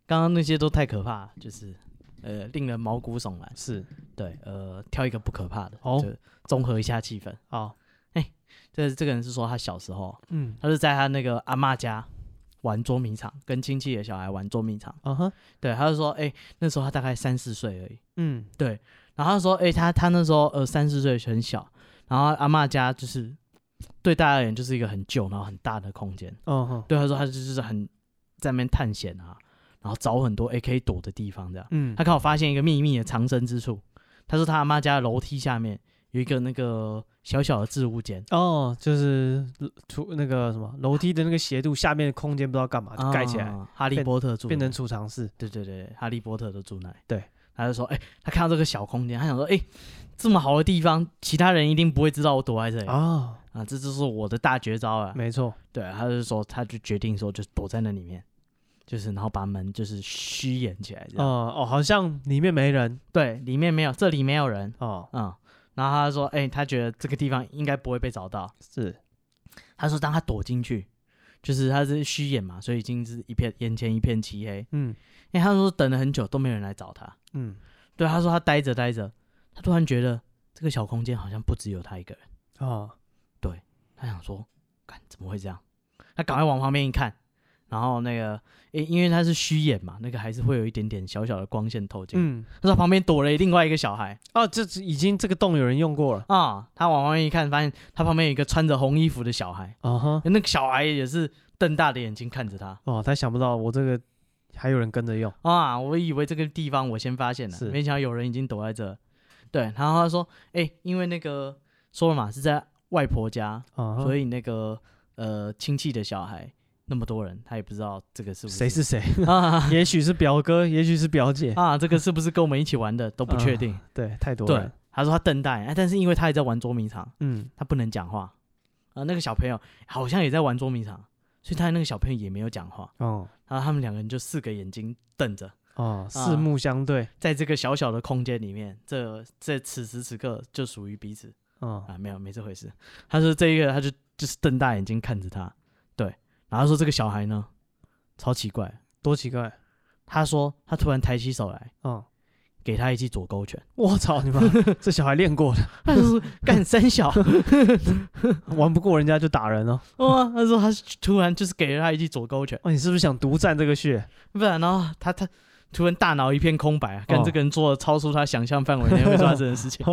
Speaker 2: 刚刚那些都太可怕，就是呃令人毛骨悚然。
Speaker 1: 是，
Speaker 2: 对，呃，挑一个不可怕的，
Speaker 1: 哦
Speaker 2: 就综合一下气氛。
Speaker 1: 好，
Speaker 2: 这这个人是说他小时候，
Speaker 1: 啊嗯，
Speaker 2: 他是在他那个阿嬷家玩捉迷藏，跟亲戚的小孩玩捉迷藏。
Speaker 1: 啊哈，
Speaker 2: 对，他就说，哎、那时候他大概三四岁而已。
Speaker 1: 嗯，
Speaker 2: 然后他说，哎、他他那时候呃三四岁很小，然后阿嬷家就是对大家而言就是一个很旧然后很大的空间。
Speaker 1: 哦哈，
Speaker 2: 对他说，他就是很在那边探险啊，然后找很多 A K 躲的地方这样。
Speaker 1: 嗯
Speaker 2: 他，刚好发现一个秘密的藏身之处，他说他阿妈家的楼梯下面有一个那个小小的置物间，
Speaker 1: 哦，就是出那个什么楼梯的那个斜度下面的空间不知道干嘛就盖起来，
Speaker 2: 啊哈利波特住
Speaker 1: 变
Speaker 2: 那
Speaker 1: 成储藏室，
Speaker 2: 对对对，哈利波特都住那里。
Speaker 1: 对，
Speaker 2: 他就说，哎、他看到这个小空间，他想说，哎、这么好的地方，其他人一定不会知道我躲在这里啊
Speaker 1: 哦，
Speaker 2: 这就是我的大绝招啊！
Speaker 1: 没错，
Speaker 2: 对，他就说，他就决定说，就躲在那里面，就是然后把门就是虚掩起来，这样、
Speaker 1: 哦哦，好像里面没人
Speaker 2: 对，里面没有，这里没有人，
Speaker 1: 哦，
Speaker 2: 嗯，然后他就说，哎、他觉得这个地方应该不会被找到，
Speaker 1: 是，
Speaker 2: 他说当他躲进去，就是他是虚掩嘛，所以已经是一片眼前一片漆黑。
Speaker 1: 嗯
Speaker 2: 因为他说等了很久都没有人来找他。
Speaker 1: 嗯，
Speaker 2: 对，他说他待着待着，他突然觉得这个小空间好像不只有他一个人。
Speaker 1: 哦，
Speaker 2: 他想说，看怎么会这样？他赶快往旁边一看，然后那个，因因为他是虚掩嘛，那个还是会有一点点小小的光线透进。
Speaker 1: 嗯，
Speaker 2: 他说旁边躲了另外一个小孩
Speaker 1: 哦，这是已经这个洞有人用过了，
Speaker 2: 啊、他往旁边一看，发现他旁边有一个穿着红衣服的小孩，
Speaker 1: 啊哈，
Speaker 2: 那个小孩也是瞪大的眼睛看着他。
Speaker 1: 哦，他想不到我这个还有人跟着用，
Speaker 2: 啊，我以为这个地方我先发现了，
Speaker 1: 是
Speaker 2: 没想到有人已经躲在这。对，然后他说，哎、因为那个说了嘛，是在外婆家，
Speaker 1: 啊哈，
Speaker 2: 所
Speaker 1: 以
Speaker 2: 以那个呃亲戚的小孩那么多人，他也不知道这个是不是
Speaker 1: 谁是谁？
Speaker 2: [laughs] 啊
Speaker 1: 也许是表哥，也许是表姐，
Speaker 2: 啊，这个是不是跟我们一起玩的都不
Speaker 1: [laughs]
Speaker 2: 确定。
Speaker 1: 哦对，太多
Speaker 2: 对
Speaker 1: 了，，
Speaker 2: 他说他瞪大眼，哎但是因为他也在玩捉迷藏，
Speaker 1: 嗯，
Speaker 2: 他不能讲话。啊，那个小朋友好像也在玩捉迷藏，所以他那个小朋友也没有讲话。
Speaker 1: 哦
Speaker 2: 然后他们两个人就四个眼睛瞪着。
Speaker 1: 哦，四目相对，
Speaker 2: 在这个小小的空间里面，这这此时此刻就属于彼此
Speaker 1: 哦
Speaker 2: 啊，没有没这回事。他说这一个，他就就是瞪大眼睛看着他，对，然后他说这个小孩呢，超奇怪，
Speaker 1: 多奇怪，
Speaker 2: 他说他突然抬起手来，
Speaker 1: 哦
Speaker 2: 给他一记左勾拳，
Speaker 1: 我操
Speaker 2: [laughs]
Speaker 1: 你妈！这小孩练过的，
Speaker 2: 他就是干三小，
Speaker 1: 玩不过人家就打人哦。
Speaker 2: 哇！他说他突然就是给了他一记左勾拳，
Speaker 1: 哦，你是不是想独占这个血？
Speaker 2: 不然然后他他突然大脑一片空白啊，
Speaker 1: 哦
Speaker 2: 看这个人做了超出他想象范围内会发生
Speaker 1: [laughs]
Speaker 2: 的事情，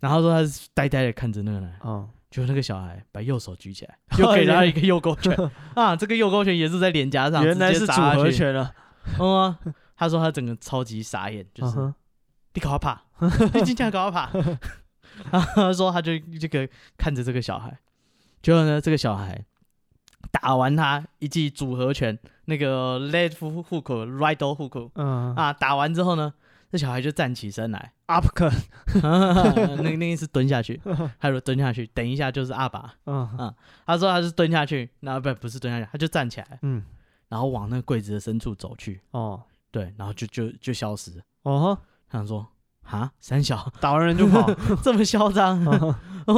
Speaker 2: 然后说他是呆呆的看着那个人，
Speaker 1: 哦，
Speaker 2: 就那个小孩把右手举
Speaker 1: [laughs]
Speaker 2: 起来，又给了他一个右勾拳 [laughs] 啊，这个右勾拳也是在脸颊上，
Speaker 1: 哦原来
Speaker 2: 直
Speaker 1: 是组
Speaker 2: 接砸下
Speaker 1: 合
Speaker 2: 去，
Speaker 1: 拳啊！
Speaker 2: 嗯啊、他说他整个超级傻眼，就
Speaker 1: 嗯
Speaker 2: 是、
Speaker 1: 哼
Speaker 2: 你搞怕，你竟然搞怕。然后他说他就这个看着这个小孩，结果呢，这个小孩打完他一记组合拳，那个 left hook、right hook
Speaker 1: 嗯
Speaker 2: 啊，打完之后呢，这小孩就站起身来， [laughs]
Speaker 1: ，uppercut，
Speaker 2: 那那一次蹲下去，他说蹲下去，等一下就是阿爸。
Speaker 1: 嗯
Speaker 2: 他说他是蹲下去，那不不是蹲下去，他就站起来，
Speaker 1: 嗯，
Speaker 2: 然后往那个柜子的深处走去，
Speaker 1: 哦，
Speaker 2: 对，然后就就就消失了。
Speaker 1: 哦
Speaker 2: 他想说啊，三小 [laughs]
Speaker 1: 吼，打完人就 [laughs] 跑，
Speaker 2: 这么嚣张，
Speaker 1: 嗯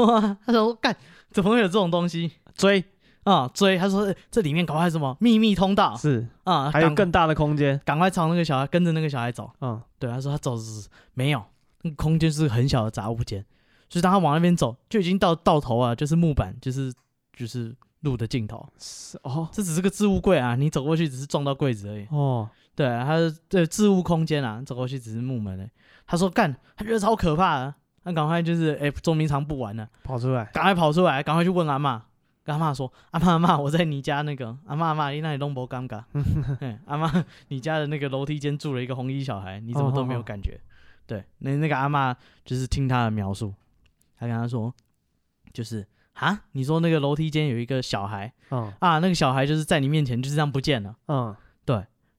Speaker 2: 哇！ [laughs] 他说干，怎么会有这种东西
Speaker 1: 追
Speaker 2: 啊、追他说、呃这里面搞快什么秘密通道
Speaker 1: 是，
Speaker 2: 啊、
Speaker 1: 还有
Speaker 2: 赶
Speaker 1: 更大的空间。
Speaker 2: 赶快朝那个小孩跟着那个小孩走。
Speaker 1: 嗯，
Speaker 2: 对，他说他走是没有，那个空间是很小的杂物间，所以当他往那边走，就已经到到头啊，就是木板，就是就是路的尽头。
Speaker 1: 是哦
Speaker 2: 这只是个置物柜啊，你走过去只是撞到柜子而已。
Speaker 1: 哦，
Speaker 2: 对，他是对置物空间啊，走过去只是木门而已。他说干，他觉得超可怕的，他赶快就是哎，捉迷藏不玩了。
Speaker 1: 跑出来，
Speaker 2: 赶快跑出来，赶快去问阿嬷，跟阿嬷说：“阿嬷阿嬷，我在你家那个阿嬷阿嬷，你那里弄不尴尬？嘿阿嬷，你家的那个楼梯间住了一个红衣小孩，你怎么都没有感觉？”对，那那个阿嬷就是听他的描述，他跟他说：“就是啊，你说那个楼梯间有一个小孩
Speaker 1: 嗯
Speaker 2: 啊，那个小孩就是在你面前就是这样不见了。”
Speaker 1: 嗯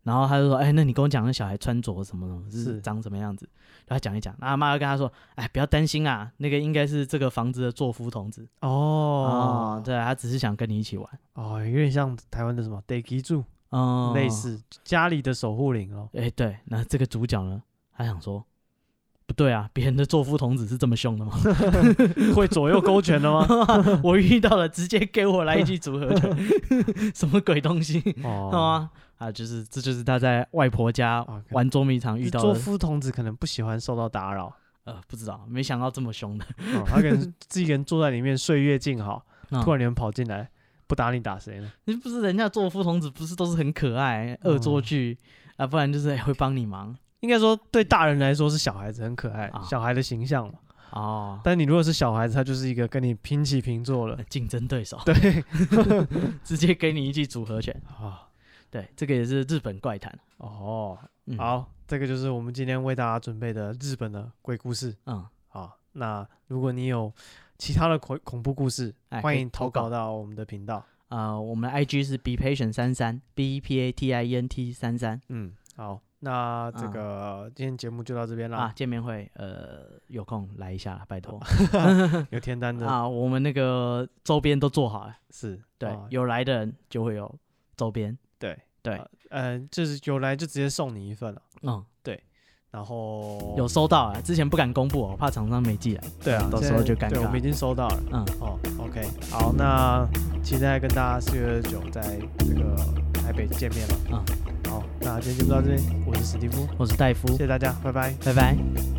Speaker 2: 然后他就说：“哎、那你跟我讲，那小孩穿着什么什么，
Speaker 1: 是
Speaker 2: 是长什么样子？”然后他讲一讲，那阿妈就跟他说：“哎，不要担心啊，那个应该是这个房子的作夫童子。”哦
Speaker 1: 哦，
Speaker 2: 对，他只是想跟你一起玩，
Speaker 1: 哦，有点像台湾的什么 d a k i 住，
Speaker 2: 嗯，
Speaker 1: 类。似家里的守护灵哦。
Speaker 2: 哎、对，那这个主角呢，他想说，不对啊，别人的作夫童子是这么凶的吗？ [laughs]
Speaker 1: 会左右勾拳的 [laughs] 吗？
Speaker 2: 我遇到了，直接给我来一句组合拳， [laughs] 什么鬼东西？ [laughs]
Speaker 1: 哦，
Speaker 2: 啊啊，就是这就是他在外婆家
Speaker 1: 啊
Speaker 2: 玩捉迷藏遇到
Speaker 1: 做
Speaker 2: 的，
Speaker 1: 夫童子可能不喜欢受到打 [laughs] 扰，
Speaker 2: 呃，不知道，没想到这么凶的。 [laughs]
Speaker 1: 哦他可能自己一个人坐在里面岁月静好，
Speaker 2: 啊
Speaker 1: 突然有人跑进来，不打你打谁呢？
Speaker 2: 那不是人家作夫童子不是都是很可爱、恶
Speaker 1: 哦
Speaker 2: 作剧、啊，不然就是、哎会帮你忙
Speaker 1: 应该说对大人来说是小孩子很可爱
Speaker 2: 啊，
Speaker 1: 小孩的形象嘛。
Speaker 2: 哦，
Speaker 1: 但你如果是小孩子，他就是一个跟你平起平坐了
Speaker 2: 呃竞争对手，
Speaker 1: 对
Speaker 2: [laughs] 直接给你一记组合拳。
Speaker 1: 啊。
Speaker 2: 对，这个也是日本怪谈。
Speaker 1: 哦，
Speaker 2: 嗯，，
Speaker 1: 好，这个就是我们今天为大家准备的日本的鬼故事
Speaker 2: 嗯，
Speaker 1: 啊。那如果你有其他的恐恐怖故事，
Speaker 2: 哎
Speaker 1: [laughs] 欢
Speaker 2: 可以
Speaker 1: 迎投
Speaker 2: 投
Speaker 1: 稿
Speaker 2: 稿
Speaker 1: 到我们的频道。
Speaker 2: 呃，我们的 IG 是 be patient 三三 b e p a t i e n t 三三
Speaker 1: 嗯，好，那这
Speaker 2: 嗯
Speaker 1: 个今天节目就到这边
Speaker 2: 啊
Speaker 1: 啦，，
Speaker 2: 见面会，呃，有空来一下啦，拜托
Speaker 1: 有天单的
Speaker 2: [laughs] 啊，我们那个周边都做好了，
Speaker 1: 是，
Speaker 2: 对
Speaker 1: 啊，
Speaker 2: 有来的人就会有周边，
Speaker 1: 对
Speaker 2: 对
Speaker 1: 啊呃，就是有来就直接送你一份了，
Speaker 2: 嗯，
Speaker 1: 然后
Speaker 2: 有收到啊，之前不敢公布哦，我怕厂商没寄来，
Speaker 1: 对啊，
Speaker 2: 到时
Speaker 1: 现
Speaker 2: 候
Speaker 1: 在
Speaker 2: 就尴
Speaker 1: 对，我们已
Speaker 2: 尬，
Speaker 1: 经收到了。
Speaker 2: 嗯，
Speaker 1: 哦，OK，好，那期待跟大家四月二十九在这个台北见面了。
Speaker 2: 嗯，
Speaker 1: 好，那今天节目到这边，我是史蒂夫，
Speaker 2: 我是戴夫
Speaker 1: 谢，谢大家，拜拜。
Speaker 2: 拜拜。